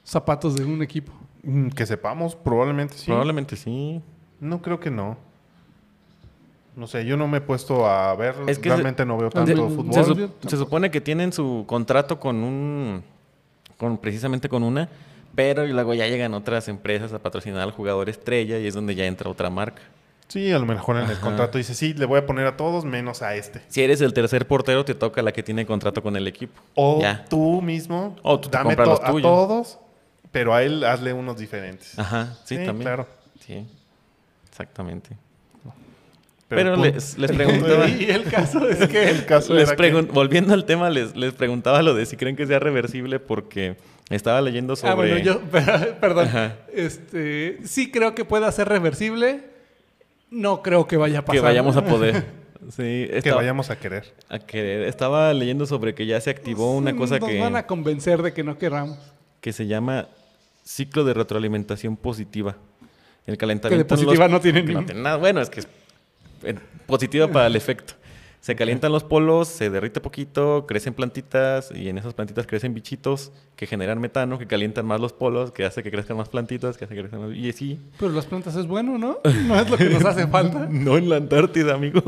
S3: zapatos de un equipo.
S2: Mm, Que sepamos, probablemente sí.
S1: Probablemente sí.
S2: No creo que no. No sé, yo no me he puesto a ver.
S1: Es que
S2: realmente no veo tanto
S3: de-
S2: fútbol.
S1: Se, su-
S3: Tampoco.
S1: se supone que tienen su contrato con un. con precisamente con una, pero y luego ya llegan otras empresas a patrocinar al jugador estrella y es donde ya entra otra marca.
S2: Sí, a lo mejor en el contrato dice, sí, le voy a poner a todos menos a este.
S1: Si eres el tercer portero, te toca la que tiene contrato con el equipo.
S2: O
S1: Ya.
S2: tú mismo,
S1: O tú te
S2: dame
S1: compras
S2: to-
S1: los
S2: a
S1: tuyos.
S2: todos, pero a él hazle unos diferentes.
S1: Ajá, sí, también.
S2: claro.
S1: Sí, exactamente.
S2: el
S1: Pero,
S2: punto-
S1: les, les
S2: el
S1: preguntaba.
S3: Y el caso es que
S2: el caso
S1: Les
S2: era que-
S1: pregun- Volviendo al tema, les, les preguntaba lo de si creen que sea reversible porque estaba leyendo sobre...
S3: Ah, bueno, yo, perdón.
S1: Ajá.
S3: Este, sí creo que pueda ser reversible. No creo que vaya a pasar.
S1: Que vayamos a poder. Sí,
S2: que
S1: estaba,
S2: vayamos a querer.
S1: a querer. Estaba leyendo sobre que ya se activó una cosa
S3: Nos
S1: que,
S3: van a convencer de que no queramos.
S1: que se llama ciclo de retroalimentación positiva. El
S3: Que de
S1: calentamiento... en los-
S3: positiva no tienen
S1: que no
S3: ni-
S1: tiene nada. Bueno, es que es eh, positiva para el efecto. Se calientan los polos, se derrite poquito, crecen plantitas y en esas plantitas crecen bichitos que generan metano, que calientan más los polos, que hace que crezcan más plantitas, que hace que crezcan más... Y así,
S3: Pero las plantas es bueno, ¿no? No es lo que nos hace falta.
S1: No en la Antártida, amigo.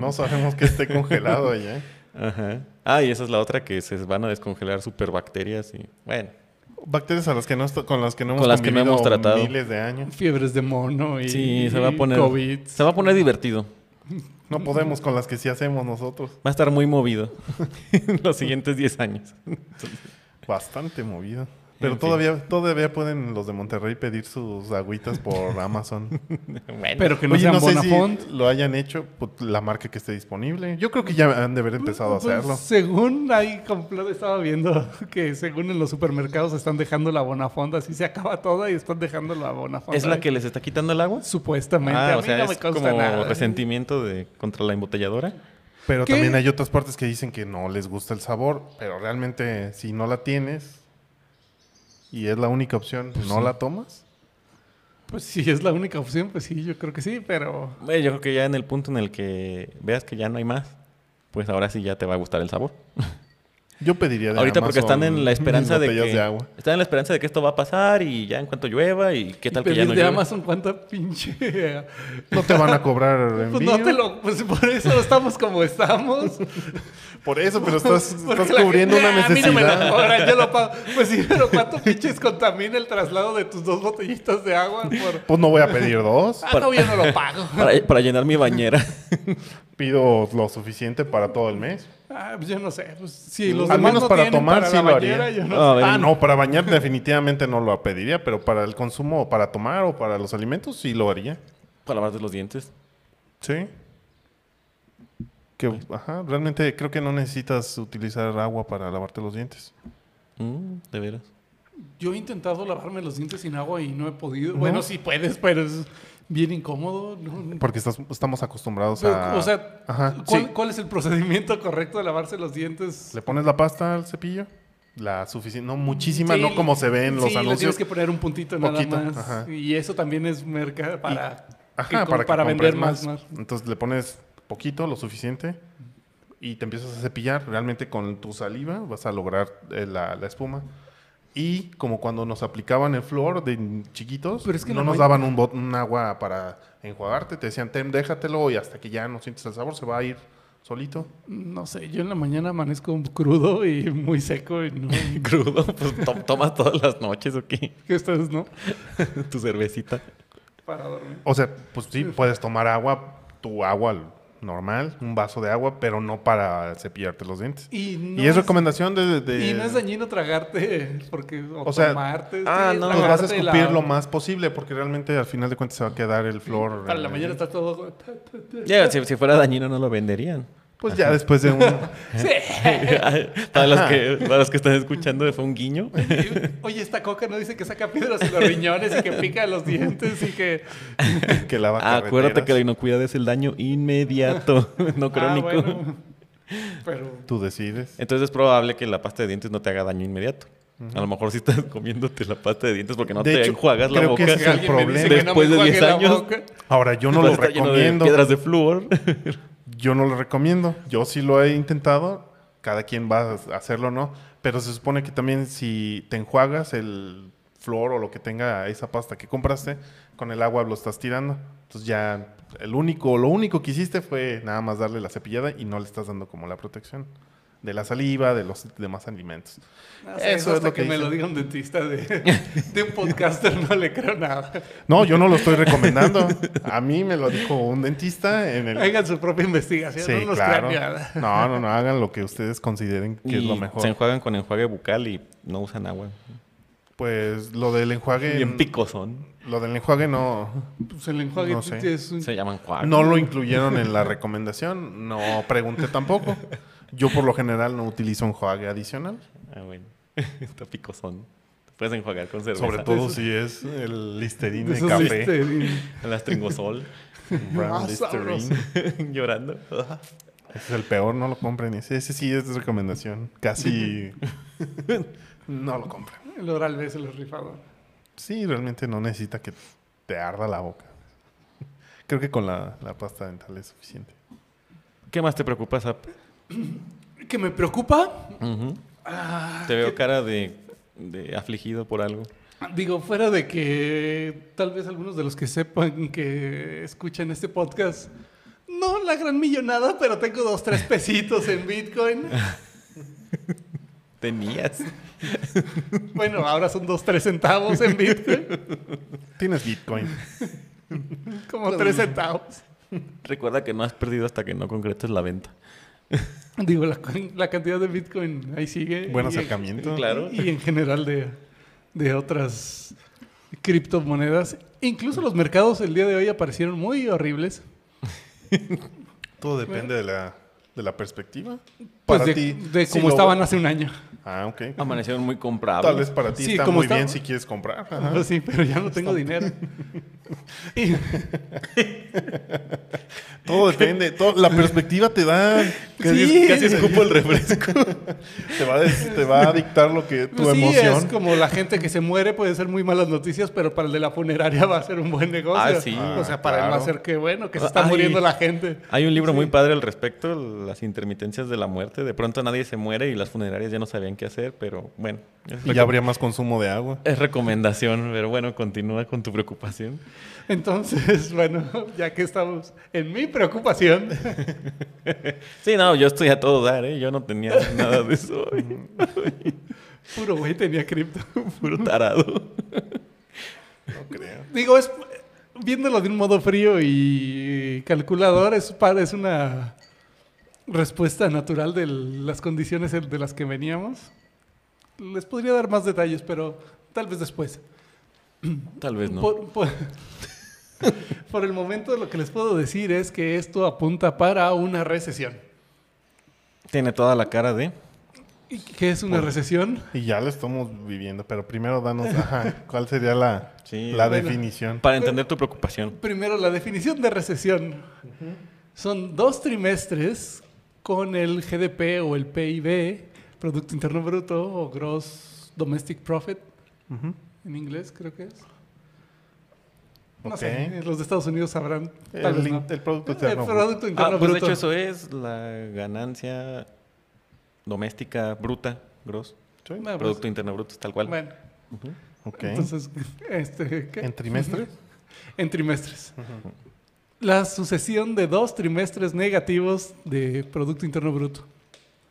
S2: No sabemos que esté congelado ¿eh? allá.
S1: Ajá. Ah, y esa es la otra que se van a descongelar superbacterias y bueno.
S2: Bacterias a las que no est- con las que no hemos,
S1: Con las que no
S2: convivido
S1: hemos tratado.
S2: miles de años.
S3: Fiebres de mono y,
S1: Sí, se va a
S3: y
S1: poner
S3: COVID.
S1: se va a poner divertido.
S2: No podemos con las que sí hacemos nosotros.
S1: Va a estar muy movido en los siguientes 10 años.
S2: Bastante movido. Pero
S1: En fin.
S2: todavía, todavía pueden los de Monterrey pedir sus agüitas por Amazon.
S1: Bueno,
S3: Pero que no
S2: Oye,
S3: sean
S2: no sé si
S3: Bonafont.
S2: lo hayan hecho pues, la marca que esté disponible. Yo creo que ya han de haber empezado a
S3: Pues,
S2: hacerlo.
S3: Según ahí compl- estaba viendo que según en los supermercados están dejando la bonafonda, así se acaba toda y están dejando la bonafonda.
S1: es la que les está quitando el agua.
S3: supuestamente
S1: Ah,
S3: a
S1: o
S3: mí
S1: sea,
S3: no me
S1: es
S3: consta
S1: como
S3: nada.
S1: resentimiento de contra la embotelladora.
S2: Pero
S3: ¿Qué?
S2: también hay otras partes que dicen que no les gusta el sabor, pero realmente si no la tienes y es la única opción, ¿no la tomas?
S3: Pues sí, es la única opción, pues sí, yo creo que sí, pero
S1: Bueno, yo creo que ya en el punto en el que veas que ya no hay más, pues ahora sí ya te va a gustar el sabor.
S2: Yo pediría de
S1: Ahorita porque
S2: Amazon
S1: están en la esperanza
S2: mis
S1: de que
S2: botellas de agua.
S1: están en la esperanza de que esto va a pasar y ya en cuanto llueva y qué tal
S3: y
S1: que ya
S3: pedir
S1: no
S3: de
S1: llueve.
S3: Amazon cuánta pinche
S2: No te van a cobrar envío.
S3: pues no te lo pues por eso estamos como estamos.
S2: Por eso, pero estás,
S3: Porque
S2: estás
S3: la
S2: cubriendo
S3: gente,
S2: una
S3: "Ah, A mí no me lo
S2: necesidad.
S3: cobran, yo lo pago. Pues sí, pero cuánto pinches contamina el traslado de tus dos botellitas de agua por
S2: Pues no voy a pedir dos.
S3: Ah, no, yo no lo pago.
S1: Para, para llenar mi bañera.
S2: Pido lo suficiente para todo el mes.
S3: Ah, pues yo no sé. Pues, si los
S2: Al
S3: demás
S2: menos
S3: no
S2: para
S3: tienen
S2: tomar
S3: para
S2: sí
S3: la
S2: lo haría.
S3: bañera, yo no
S1: A ver,
S2: Ah, no, para bañar definitivamente no lo pediría, pero para el consumo, o para tomar o para los alimentos sí lo haría.
S1: Para lavarte los dientes.
S2: Sí.
S3: Pues-
S2: Que, ajá, realmente creo que no necesitas utilizar agua para lavarte los dientes.
S1: Mm, de veras.
S3: Yo he intentado lavarme los dientes sin agua y no he podido. Bueno, sí puedes, pero es bien incómodo. ¿no?
S2: Porque estás- estamos acostumbrados
S3: Pero,
S2: a...
S3: o sea,
S2: Ajá,
S3: ¿cuál,
S2: sí.
S3: cuál es el procedimiento correcto de lavarse los dientes?
S2: Le pones la pasta al cepillo, la suficiente, no muchísima,
S3: Sí,
S2: no como se ve en los
S3: sí, le
S2: anuncios.
S3: tienes que poner un puntito
S2: Poquito,
S3: nada más.
S2: ajá.
S3: Y eso también es merca para,
S2: Ajá,
S3: que-
S2: para, que compres
S3: vender más. más.
S2: Entonces le pones poquito, lo suficiente, y te empiezas a cepillar. Realmente con tu saliva vas a lograr eh, la, la espuma. Y como cuando nos aplicaban el flor de n- chiquitos,
S3: Pero es que
S2: no
S3: la
S2: nos
S3: may-
S2: daban un, bot- un agua para enjuagarte. Te decían, Tem, déjatelo y hasta que ya no sientes el sabor se va a ir solito.
S3: No sé, yo en la mañana amanezco crudo y muy seco y no.
S1: Crudo, pues to- tomas todas las noches o qué?
S3: que ustedes no.
S1: Tu cervecita.
S3: Para dormir.
S2: O sea, pues sí, puedes tomar agua, tu agua l- normal, un vaso de agua, pero no para cepillarte los dientes.
S3: Y no,
S2: y es recomendación de... de-
S3: y no es dañino tragarte porque o,
S2: Eh, O sea,
S3: tomarte.
S1: ah,
S3: sí,
S1: no,
S2: Pues vas a
S3: tragarte la-
S2: escupir lo más posible porque realmente al final de cuentas se va a quedar el flor.
S3: Para la
S2: eh,
S3: mañana está todo.
S1: Ya, si, si fuera dañino no lo venderían.
S2: Pues ya después de un...
S1: para, los que, para los que están escuchando, fue un guiño.
S3: Oye, esta coca no dice que saca piedras en los riñones y que pica los dientes y que.
S2: que lava
S1: Ah, acuérdate que la
S2: carreteras,
S1: inocuidad es el daño inmediato, no
S3: Ah,
S1: crónico.
S3: bueno. Pero.
S2: Tú decides.
S1: Entonces es probable que la pasta de dientes no te haga daño inmediato. A lo mejor si estás comiéndote la pasta de dientes porque no
S2: De
S1: te
S2: hecho,
S1: enjuagas la
S2: creo que
S1: boca.
S2: ese es el
S3: Alguien me dice
S2: problema.
S3: que no me
S1: Después de
S3: enjuague
S1: 10
S3: la
S1: años.
S3: boca.
S2: Ahora, yo no
S1: Pues
S2: lo
S1: está lleno de
S2: recomiendo.
S1: piedras de flúor.
S2: Yo no lo recomiendo. Yo sí lo he intentado. Cada quien va a hacerlo o no. Pero se supone que también si te enjuagas el flor o lo que tenga esa pasta que compraste, con el agua lo estás tirando. Entonces ya el único, lo único que hiciste fue nada más darle la cepillada y no le estás dando como la protección de la saliva, de los demás alimentos.
S3: No sé,
S2: Eso
S3: Ah, Eso
S2: es
S3: es
S2: lo
S3: que,
S2: que
S3: me
S2: dicen.
S3: lo diga un dentista de, de un podcaster, no le creo nada.
S2: No, yo no lo estoy recomendando. A mí me lo dijo un dentista en el...
S3: Hagan su propia investigación,
S2: Sí,
S3: no nos
S2: claro.
S3: crean nada.
S2: No, no, no, hagan lo que ustedes consideren que es
S1: Y
S2: lo mejor.
S1: Se enjuagan con enjuague bucal y no usan agua.
S2: Pues lo del enjuague.
S1: Bien picosón.
S2: Lo del enjuague no,
S3: Pues el enjuague
S2: No sé.
S3: es un-
S1: Se llaman
S3: Ah,
S1: enjuague.
S2: no lo incluyeron en la recomendación. No pregunté tampoco. Yo por lo general no utilizo enjuague adicional.
S1: Ah, bueno. Está picosón. Te puedes enjuagar con cerveza.
S2: Sobre todo si es el Listerine
S3: de
S2: de
S3: esos este,
S2: café.
S3: Listerine.
S1: El astringosol.
S2: un Brown
S3: Ah,
S2: Listerine.
S3: sabroso.
S1: llorando.
S2: Ese es el peor, no lo compren. Ese, ese sí es recomendación. Casi no lo compren.
S3: El oral B se los rifaba.
S2: Sí, realmente no necesita que te arda la boca. Creo que con la, la pasta dental es suficiente.
S1: ¿Qué más te preocupa, Zap?
S3: ¿Qué me preocupa?
S1: Ujú.
S3: Ah,
S1: Te veo cara de, de afligido por algo.
S3: Digo, fuera de que tal vez algunos de los que sepan que escuchan este podcast, no la gran millonada, pero tengo dos, tres pesitos en Bitcoin.
S1: Tenías.
S3: Bueno, ahora son dos, tres centavos en Bitcoin.
S2: Tienes Bitcoin.
S3: Como tres centavos.
S1: Recuerda que no has perdido hasta que no concretes la venta.
S3: Digo, la, la cantidad de Bitcoin ahí sigue.
S2: Buen
S3: Y en-
S2: acercamiento.
S1: Claro.
S3: Y en general de, de otras criptomonedas. Incluso los mercados el día de hoy aparecieron muy horribles.
S2: Todo depende de la, de la perspectiva.
S3: Pues
S2: Para
S3: de,
S2: ti,
S3: de
S2: si
S3: como
S2: lo-
S3: estaban hace un año.
S2: Ah, ok.
S1: Amanecieron muy
S2: Tal vez
S1: comprables.
S2: para ti
S3: Sí,
S2: está
S3: como
S2: muy
S3: está-
S2: bien si quieres comprar. Ajá.
S3: Pues sí, pero ya no tengo dinero. Y-
S2: Todo depende. todo- la perspectiva te da.
S3: Sí.
S1: Casi escupo el refresco.
S2: Te va, a des- te va a dictar lo que tu
S3: pues sí, es
S2: emoción.
S3: como la gente que se muere puede ser muy malas noticias, pero para el de la funeraria va a ser un buen negocio.
S1: Ah, sí.
S2: Ah,
S3: o sea, para él va
S2: claro.
S3: a ser que bueno, que se está
S1: Ay.
S3: muriendo la gente.
S1: Hay un libro muy padre al respecto, las intermitencias de la muerte. De pronto nadie se muere y las funerarias ya no sabían qué hacer, pero bueno, es,
S2: Y ya habría más consumo de agua.
S1: es recomendación. Pero bueno, continúa con tu preocupación.
S3: Entonces, bueno, ya que estamos en mi preocupación,
S1: Sí, no, yo estoy a todo dar, ¿eh? Yo no tenía nada de eso.
S3: puro güey tenía cripto.
S1: Puro tarado.
S2: No creo.
S3: Digo, es viéndolo de un modo frío y calculador, es, pa- es una respuesta natural de las condiciones en- de las que veníamos. Les podría dar más detalles, pero tal vez después.
S1: Tal vez Pues no.
S3: Por, por- por el momento lo que les puedo decir es que esto apunta para una recesión.
S1: Tiene toda la cara de...
S3: ¿Y ¿Qué es una
S2: Por-
S3: recesión?
S2: Y ya lo estamos viviendo, pero primero danos, ajá, ¿cuál sería la,
S1: Sí.
S2: la
S3: Bueno.
S2: definición?
S1: Para entender tu preocupación.
S3: Primero, la definición de recesión. Son dos trimestres con el GDP o el PIB, Producto Interno Bruto o Gross Domestic Profit,
S2: Ujú.
S3: en inglés creo que es. No
S2: Ok.
S3: sé, los de Estados Unidos sabrán.
S2: El,
S3: Tal vez no. Eh,
S2: el producto
S3: El
S2: externo.
S3: Producto
S1: Ah,
S3: Interno
S1: pues de
S3: Bruto.
S1: hecho eso es la ganancia doméstica bruta, gross.
S2: Sí,
S3: Bueno, pues,
S1: Producto Interno Bruto, es tal cual.
S3: bueno,
S2: ok.
S3: entonces, este, ¿qué?
S2: ¿En trimestres?
S3: en trimestres. La sucesión de dos trimestres negativos de Producto Interno Bruto.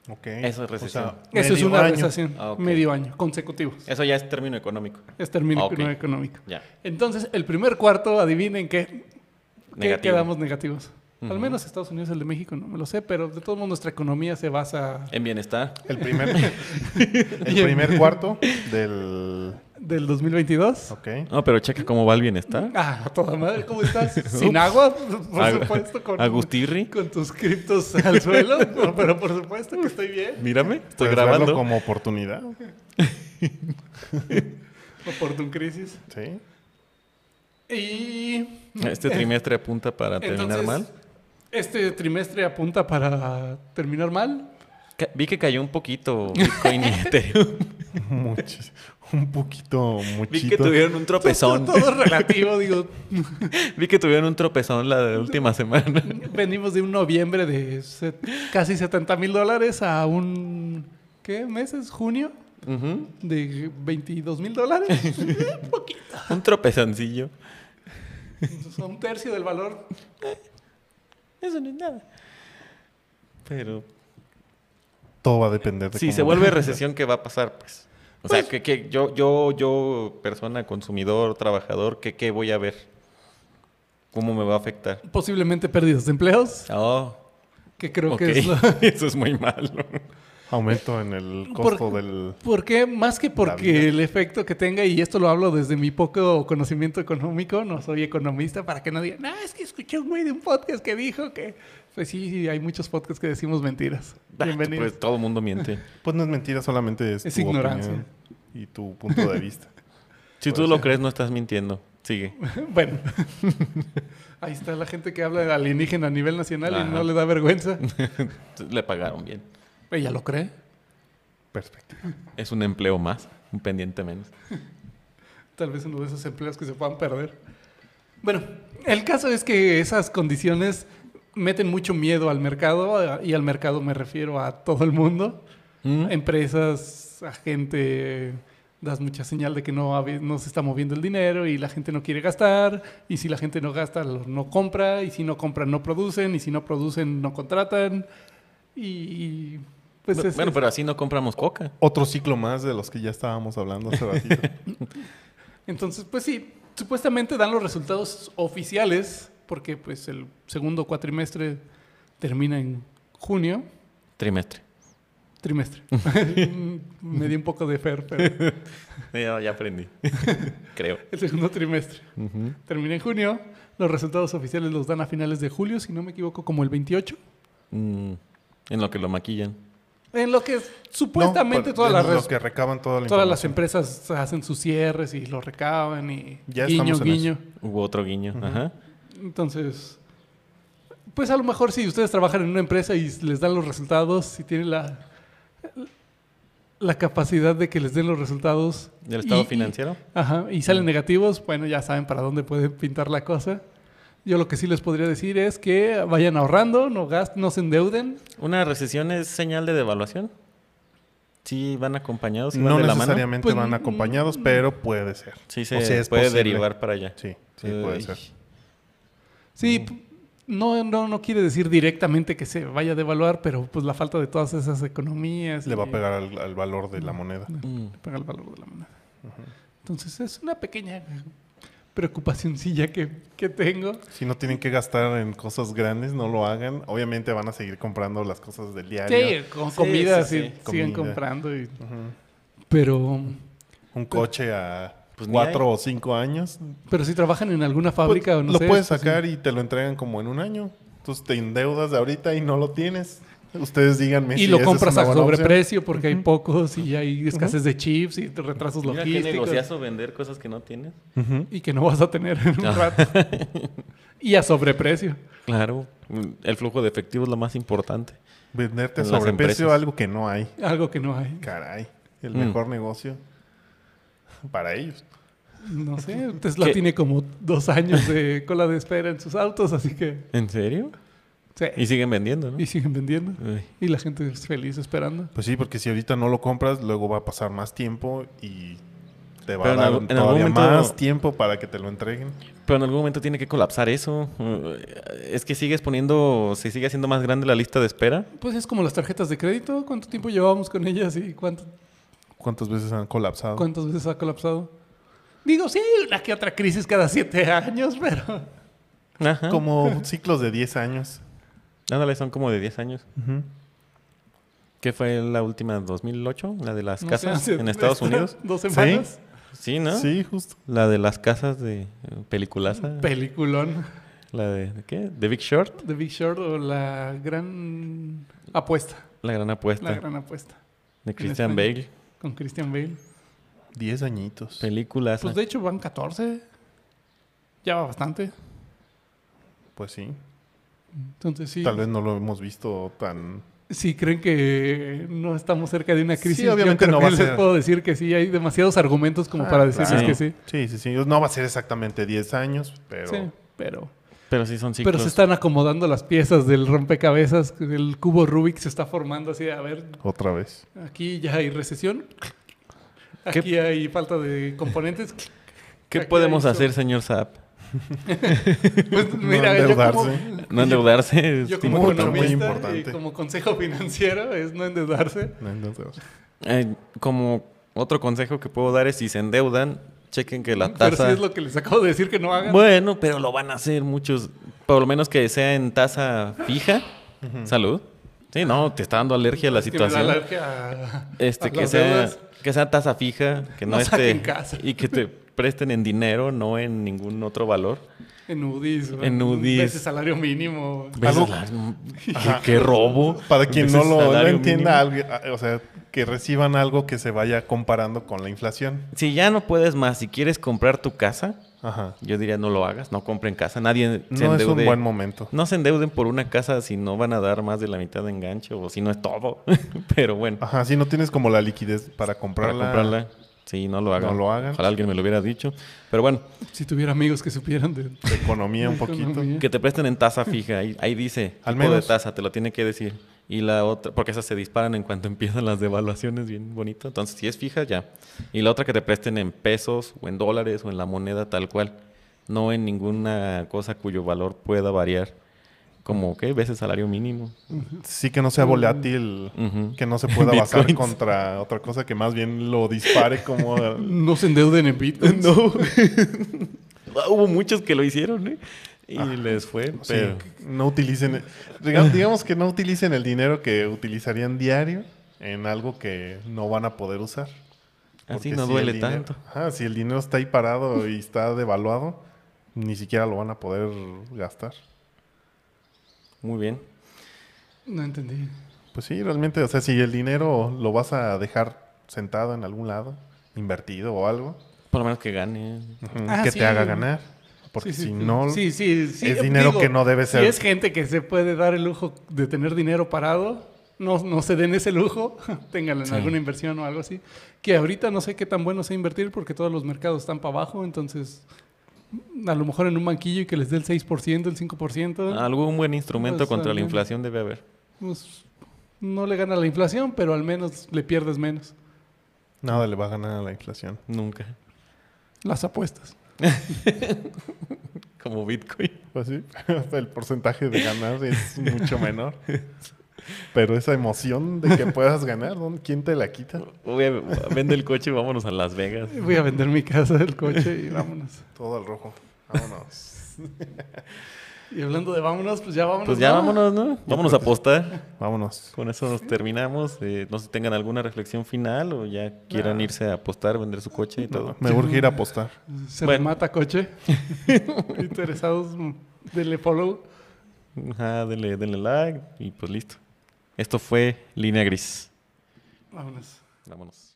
S2: Ok.
S1: Eso es
S2: O sea,
S1: recesión.
S3: Eso es
S2: medio
S3: una
S2: año.
S3: recesión.
S1: Ah, ok.
S3: Medio año, consecutivos.
S1: Eso ya es término económico.
S3: Es término
S1: Ah, ok.
S3: económico.
S1: Ya.
S3: Entonces, el primer cuarto, adivinen qué, qué
S1: Negativo.
S3: quedamos negativos. Al
S1: Ujú.
S3: menos Estados Unidos, el de México, no me lo sé, pero de todos modos nuestra economía se basa
S1: En bienestar.
S2: El primer, el primer cuarto del...
S3: del 2022.
S2: Ok.
S1: No, pero checa cómo va el bienestar.
S3: Ah, a toda madre, ¿cómo estás? Sin agua, por
S1: Ag-
S3: supuesto, con,
S1: Agustirri.
S3: con tus criptos al suelo, pero, pero por supuesto que estoy bien.
S1: Mírame, estoy
S2: Puedes
S1: grabando.
S2: verlo como oportunidad.
S3: Oportun crisis.
S2: Sí.
S3: Y
S1: Este trimestre apunta para terminar
S3: Entonces,
S1: mal.
S3: Este trimestre apunta para terminar mal.
S1: Ca- vi que cayó un poquito Bitcoin y Ethereum.
S2: Muchis- un poquito,
S1: Vi que
S2: muchito.
S1: tuvieron un tropezón.
S3: Todo es relativo, digo.
S1: Vi que tuvieron un tropezón la de última semana.
S3: Venimos de un noviembre de set- casi 70 mil dólares a un. ¿Qué meses? ¿Junio?
S1: Ujú.
S3: De 22 mil dólares. Un poquito.
S1: Un tropezoncillo.
S3: Entonces, a un tercio del valor.
S1: Eso no es nada. Pero pues,
S2: Todo va a depender de
S1: si
S2: cómo-
S1: se vuelve recesión, ¿qué va a pasar? Pues. O sea,
S3: Pues-
S1: que, que yo, yo, yo, persona, consumidor, trabajador, ¿qué, qué voy a ver? ¿Cómo me va a afectar?
S3: Posiblemente pérdidas de empleos,
S1: Oh,
S3: que creo
S1: ok.
S3: que es lo.
S1: Eso es muy malo.
S2: Aumento en el costo
S3: Por-
S2: del...
S3: Porque más que
S2: La
S3: porque
S2: vida.
S3: el efecto que tenga, y esto lo hablo desde mi poco conocimiento económico, no soy economista, para que no digan, no, es que escuché un güey de un podcast que dijo que... Pues sí, sí, hay muchos podcasts que decimos mentiras. Bienvenidos.
S1: Pues todo el mundo miente.
S2: Pues no es mentira, solamente es,
S3: Es
S2: tu
S3: ignorancia.
S2: opinión y tu punto de vista.
S1: Si tú
S2: Puede
S1: lo
S2: ser.
S1: crees, no estás mintiendo. Sigue.
S3: bueno, ahí está la gente que habla de alienígena a nivel nacional
S1: Ajá.
S3: y no le da vergüenza.
S1: Le pagaron bien.
S3: Ella lo cree.
S2: Perspectiva.
S1: Es un empleo más, un pendiente menos.
S3: Tal vez uno de esos empleos que se puedan perder. Bueno, el caso es que esas condiciones meten mucho miedo al mercado, eh, y al mercado me refiero a todo el mundo.
S1: Mm.
S3: Empresas, a gente, das mucha señal de que no, hab- no se está moviendo el dinero y la gente no quiere gastar, y si la gente no gasta, lo- no compra, y si no compran, no producen, y si no producen, no contratan, y... y, pues
S1: Bu-
S3: es-
S1: bueno, pero así no compramos coca.
S2: Otro ciclo más de los que ya estábamos hablando hace ratito.
S3: Entonces, pues sí, supuestamente dan los resultados oficiales, porque pues el segundo cuatrimestre termina en junio,
S1: Trimestre.
S3: trimestre. Me di un poco de fer, pero
S1: Ya, ya aprendí. Creo.
S3: el segundo trimestre termina en junio. Los resultados oficiales los dan a finales de julio, si no me equivoco, como el 28.
S1: Mm, En lo que lo maquillan.
S3: En lo que supuestamente
S2: No,
S3: todas,
S2: pero
S3: las,
S2: es
S3: res-
S2: Lo que recaban toda la
S3: todas las
S2: información.
S3: empresas hacen sus cierres y lo recaban y
S2: Ya
S3: guiño,
S2: estamos en eso.
S3: guiño.
S1: Hubo otro guiño. Ajá.
S3: Entonces, pues a lo mejor si ustedes trabajan en una empresa y les dan los resultados, si tienen la, la capacidad de que les den los resultados.
S1: Del
S3: y-
S1: estado
S3: y-
S1: financiero.
S3: ajá, y salen negativos, bueno, ya saben para dónde pueden pintar la cosa. Yo lo que sí les podría decir es que vayan ahorrando, no gasten, no se endeuden.
S1: ¿Una recesión es señal de devaluación? ¿Sí van acompañados? ¿Sí van
S2: No
S1: de la mano?
S2: necesariamente
S3: Pues,
S2: van acompañados, pero puede ser.
S1: Sí, se
S2: O sea, es
S1: puede
S2: posible.
S1: derivar para allá.
S2: Sí, sí, puede
S1: Ay.
S2: ser.
S3: Sí, p- no, no, no quiere decir directamente que se vaya a devaluar, pero pues la falta de todas esas economías.
S2: Le va a
S3: y-
S2: pegar al, al valor de la moneda.
S1: Mm.
S3: paga el valor de la moneda. Entonces es una pequeña preocupacioncilla que, que tengo.
S2: Si no tienen que gastar en cosas grandes, no lo hagan. Obviamente van a seguir comprando las cosas del diario.
S3: Sí, con comida
S1: sí, sí.
S3: sí, siguen
S2: Comida.
S3: comprando. y-
S2: Ujú.
S3: pero,
S2: Un coche a
S1: Pues ni
S2: cuatro o cinco años.
S3: pero si trabajan en alguna Pues, fábrica
S2: Pues,
S3: o no
S2: lo
S3: sé,
S2: puedes
S3: pues,
S2: sacar y te lo entregan como en un año. Entonces te endeudas de ahorita y no lo tienes. Ustedes díganme
S3: y lo
S2: esa es
S3: compras
S2: una
S3: a
S2: buena opción.
S3: sobreprecio porque hay pocos y hay escasez de chips y retrasos
S1: Mira qué
S3: logísticos
S1: negociazo Ah. vender cosas que no tienes.
S2: Ujú.
S3: y que no vas a tener en un rato. y a sobreprecio.
S1: Claro, Mm, el flujo de efectivo es lo más importante.
S2: Venderte
S1: En las
S2: sobreprecio
S1: empresas.
S2: algo que no hay.
S3: Algo que no hay.
S2: Caray, el
S1: Mm.
S2: mejor negocio para ellos.
S3: No sé, Tesla
S1: ¿Qué?
S3: tiene como dos años de cola de espera en sus autos, así que
S1: ¿En serio?
S3: sí.
S1: Y siguen vendiendo, ¿no?
S3: y siguen vendiendo.
S1: Uy.
S3: Y la gente es feliz esperando.
S2: Pues sí, porque si ahorita no lo compras, luego va a pasar más tiempo y te va
S1: Pero
S2: a
S1: en
S2: dar
S1: algún- en
S2: todavía
S1: algún momento-
S2: más tiempo para que te lo entreguen.
S1: Pero en algún momento tiene que colapsar eso. Mm, Es que sigues poniendo, se sigue haciendo más grande la lista de espera.
S3: Pues es como las tarjetas de crédito, ¿cuánto tiempo llevábamos con ellas y cuánto,
S2: ¿Cuántas veces han colapsado?
S3: cuántas veces ha colapsado? Digo, sí, una que otra crisis cada siete años, pero...
S1: Ajá.
S2: Como ciclos de 10 años.
S1: Ándale, son como de 10 años.
S2: Ujú.
S1: ¿Qué fue la última? ¿2008? ¿La de las
S3: no sé,
S1: casas
S3: hace
S1: en Estados
S3: esta-
S1: Unidos?
S3: Dos
S2: Sí.
S3: semanas.
S1: Sí, ¿no?
S2: Sí, justo.
S1: La de las casas de eh, peliculaza.
S3: Peliculón
S1: la de, ¿de ¿qué? ¿De Big Short?
S3: de Big Short o la gran apuesta.
S1: La gran apuesta
S3: La gran apuesta
S1: de Christian
S3: España.
S1: Bale.
S3: con Christian Bale.
S2: 10 añitos.
S1: Peliculaza.
S3: Pues de hecho van 14. Ya va bastante.
S2: Pues sí.
S3: Entonces sí.
S2: Tal vez no lo hemos visto tan...
S3: Si creen que no estamos cerca de una crisis,
S2: Sí, obviamente
S3: yo creo
S2: no
S3: que
S2: va a
S3: les
S2: ser.
S3: puedo decir que sí. Hay demasiados argumentos como para decirles
S1: claro.
S3: que sí.
S2: Sí, sí, sí. No va a ser exactamente 10 años, pero...
S3: Sí, pero,
S1: Pero sí son ciclos.
S3: pero se están acomodando las piezas del rompecabezas. El cubo Rubik se está formando así. A ver,
S2: Otra vez.
S3: aquí ya hay recesión.
S1: ¿Qué-
S3: Aquí hay falta de componentes.
S1: ¿Qué
S3: Aquí
S1: podemos
S3: hay so-
S1: hacer, señor Zap?
S3: Pues mira, yo como-
S2: endeudarse.
S1: No endeudarse. este, es
S3: yo como
S2: Muy, pero
S1: importante.
S2: muy
S3: economista y
S2: importante.
S3: como consejo financiero es no endeudarse.
S2: No, entonces-
S1: Eh, como otro consejo que puedo dar es si se endeudan, chequen que la
S3: Pero sí
S1: tasa...
S3: es lo que les acabo de decir que no hagan.
S1: Bueno, pero lo van a hacer muchos. Por lo menos que sea en tasa fija. Salud. Sí, no, te está dando alergia a la
S3: Es que me da
S1: situación.
S3: alergia a-
S1: Este,
S3: a
S1: que
S3: las
S1: sea,
S3: deudas.
S1: que sea tasa fija, que no,
S3: No
S1: esté.
S3: saquen casa.
S1: Y que te presten en dinero, no en ningún otro valor.
S3: En UDIs. ¿no?
S1: En UDIs.
S3: Veces salario mínimo.
S1: ¿Ves
S2: Algo-
S1: la- ¿Qué, qué robo?
S2: Para quien
S1: ¿Ves
S2: no
S1: el
S2: lo, lo
S1: salario
S2: entienda,
S1: mínimo?
S2: algo- a- o sea, que reciban algo que se vaya comparando con la inflación.
S1: Si ya no puedes más, si quieres comprar tu casa,
S2: Ajá.
S1: yo diría no lo hagas, no compren casa. Nadie se
S2: No es un
S1: endeude.
S2: buen momento.
S1: No se endeuden por una casa si no van a dar más de la mitad de enganche o si no es todo. Pero bueno.
S2: Ajá, si no tienes como la liquidez para
S1: para
S2: Ah, comprarla.
S1: comprarla. Sí, no lo hagan.
S2: lo hagan.
S1: Ojalá alguien me lo hubiera dicho. Pero bueno,
S3: Si tuviera amigos que supieran de
S2: de Economía un poquito.
S3: economía.
S1: que te presten en tasa fija. Ahí, ahí dice.
S2: Al
S1: Al menos. de
S2: menos.
S1: tasa, te lo tiene que decir. Y la otra, porque esas se disparan en cuanto empiezan las devaluaciones, bien bonito. Entonces, si es fija, ya. Y la otra que te presten en pesos o en dólares o en la moneda tal cual. No en ninguna cosa cuyo valor pueda variar. Como, ¿qué? Veces salario mínimo.
S2: Sí que no sea volátil,
S1: Ujú.
S2: que no se pueda basar
S1: Bitcoins.
S2: contra otra cosa que más bien lo dispare como...
S3: No se endeuden en Bitcoin. No.
S1: Ah, Hubo muchos que lo hicieron, ¿eh? Y les fue,
S2: Ah, Sí,
S1: pero...
S2: no utilicen... Digamos, digamos que no utilicen el dinero que utilizarían diario en algo que no van a poder usar.
S1: Así
S2: Porque
S1: no
S2: si
S1: duele
S2: el dinero-
S1: tanto.
S2: Ajá, si el dinero está ahí parado y está devaluado, ni siquiera lo van a poder gastar.
S1: Muy bien.
S3: No entendí.
S2: Pues sí, realmente, o sea, si el dinero lo vas a dejar sentado en algún lado, invertido o algo,
S1: Por lo menos que gane.
S2: ujú,
S3: Ah,
S2: que
S3: sí.
S2: te haga ganar. Porque
S3: Sí, sí,
S2: si
S3: sí.
S2: no,
S3: Sí, sí, sí.
S2: es dinero que no debe ser.
S3: Si es gente que se puede dar el lujo de tener dinero parado, no, no se den ese lujo, tengan en
S1: Sí.
S3: alguna inversión o algo así. Que ahorita no sé qué tan bueno sea invertir porque todos los mercados están para abajo, entonces a lo mejor en un banquillo y que les dé el 6%, el 5%,
S2: Ah.
S1: Algún buen instrumento
S3: Pues,
S1: contra la
S3: también.
S1: inflación debe haber.
S3: pues, no le gana la inflación, pero al menos le pierdes menos.
S2: nada le va a ganar a la inflación.
S1: Nunca.
S3: Las apuestas.
S1: Como Bitcoin.
S2: Pues sí, el porcentaje de ganar es mucho menor. Pero esa emoción de que puedas ganar, ¿dónde- ¿quién te la quita?
S1: Voy a- vende el coche y vámonos a Las Vegas.
S3: Voy a vender mi casa, el coche y vámonos.
S2: Todo al rojo. Vámonos.
S3: Y hablando de vámonos, pues ya vámonos.
S1: Pues ya
S3: ¿no?
S1: vámonos, ¿no? Vámonos a apostar.
S2: Vámonos.
S1: Con eso nos terminamos. Eh, no sé si tengan alguna reflexión final o ya quieran irse a apostar, vender su coche y todo.
S2: Me urge ir a apostar.
S3: Se
S1: Bueno.
S3: remata coche. Interesados, mm, denle follow.
S1: Ah, Ajá, denle, denle like y pues listo.
S3: Esto fue Línea Gris.
S1: Vámonos.
S3: Vámonos.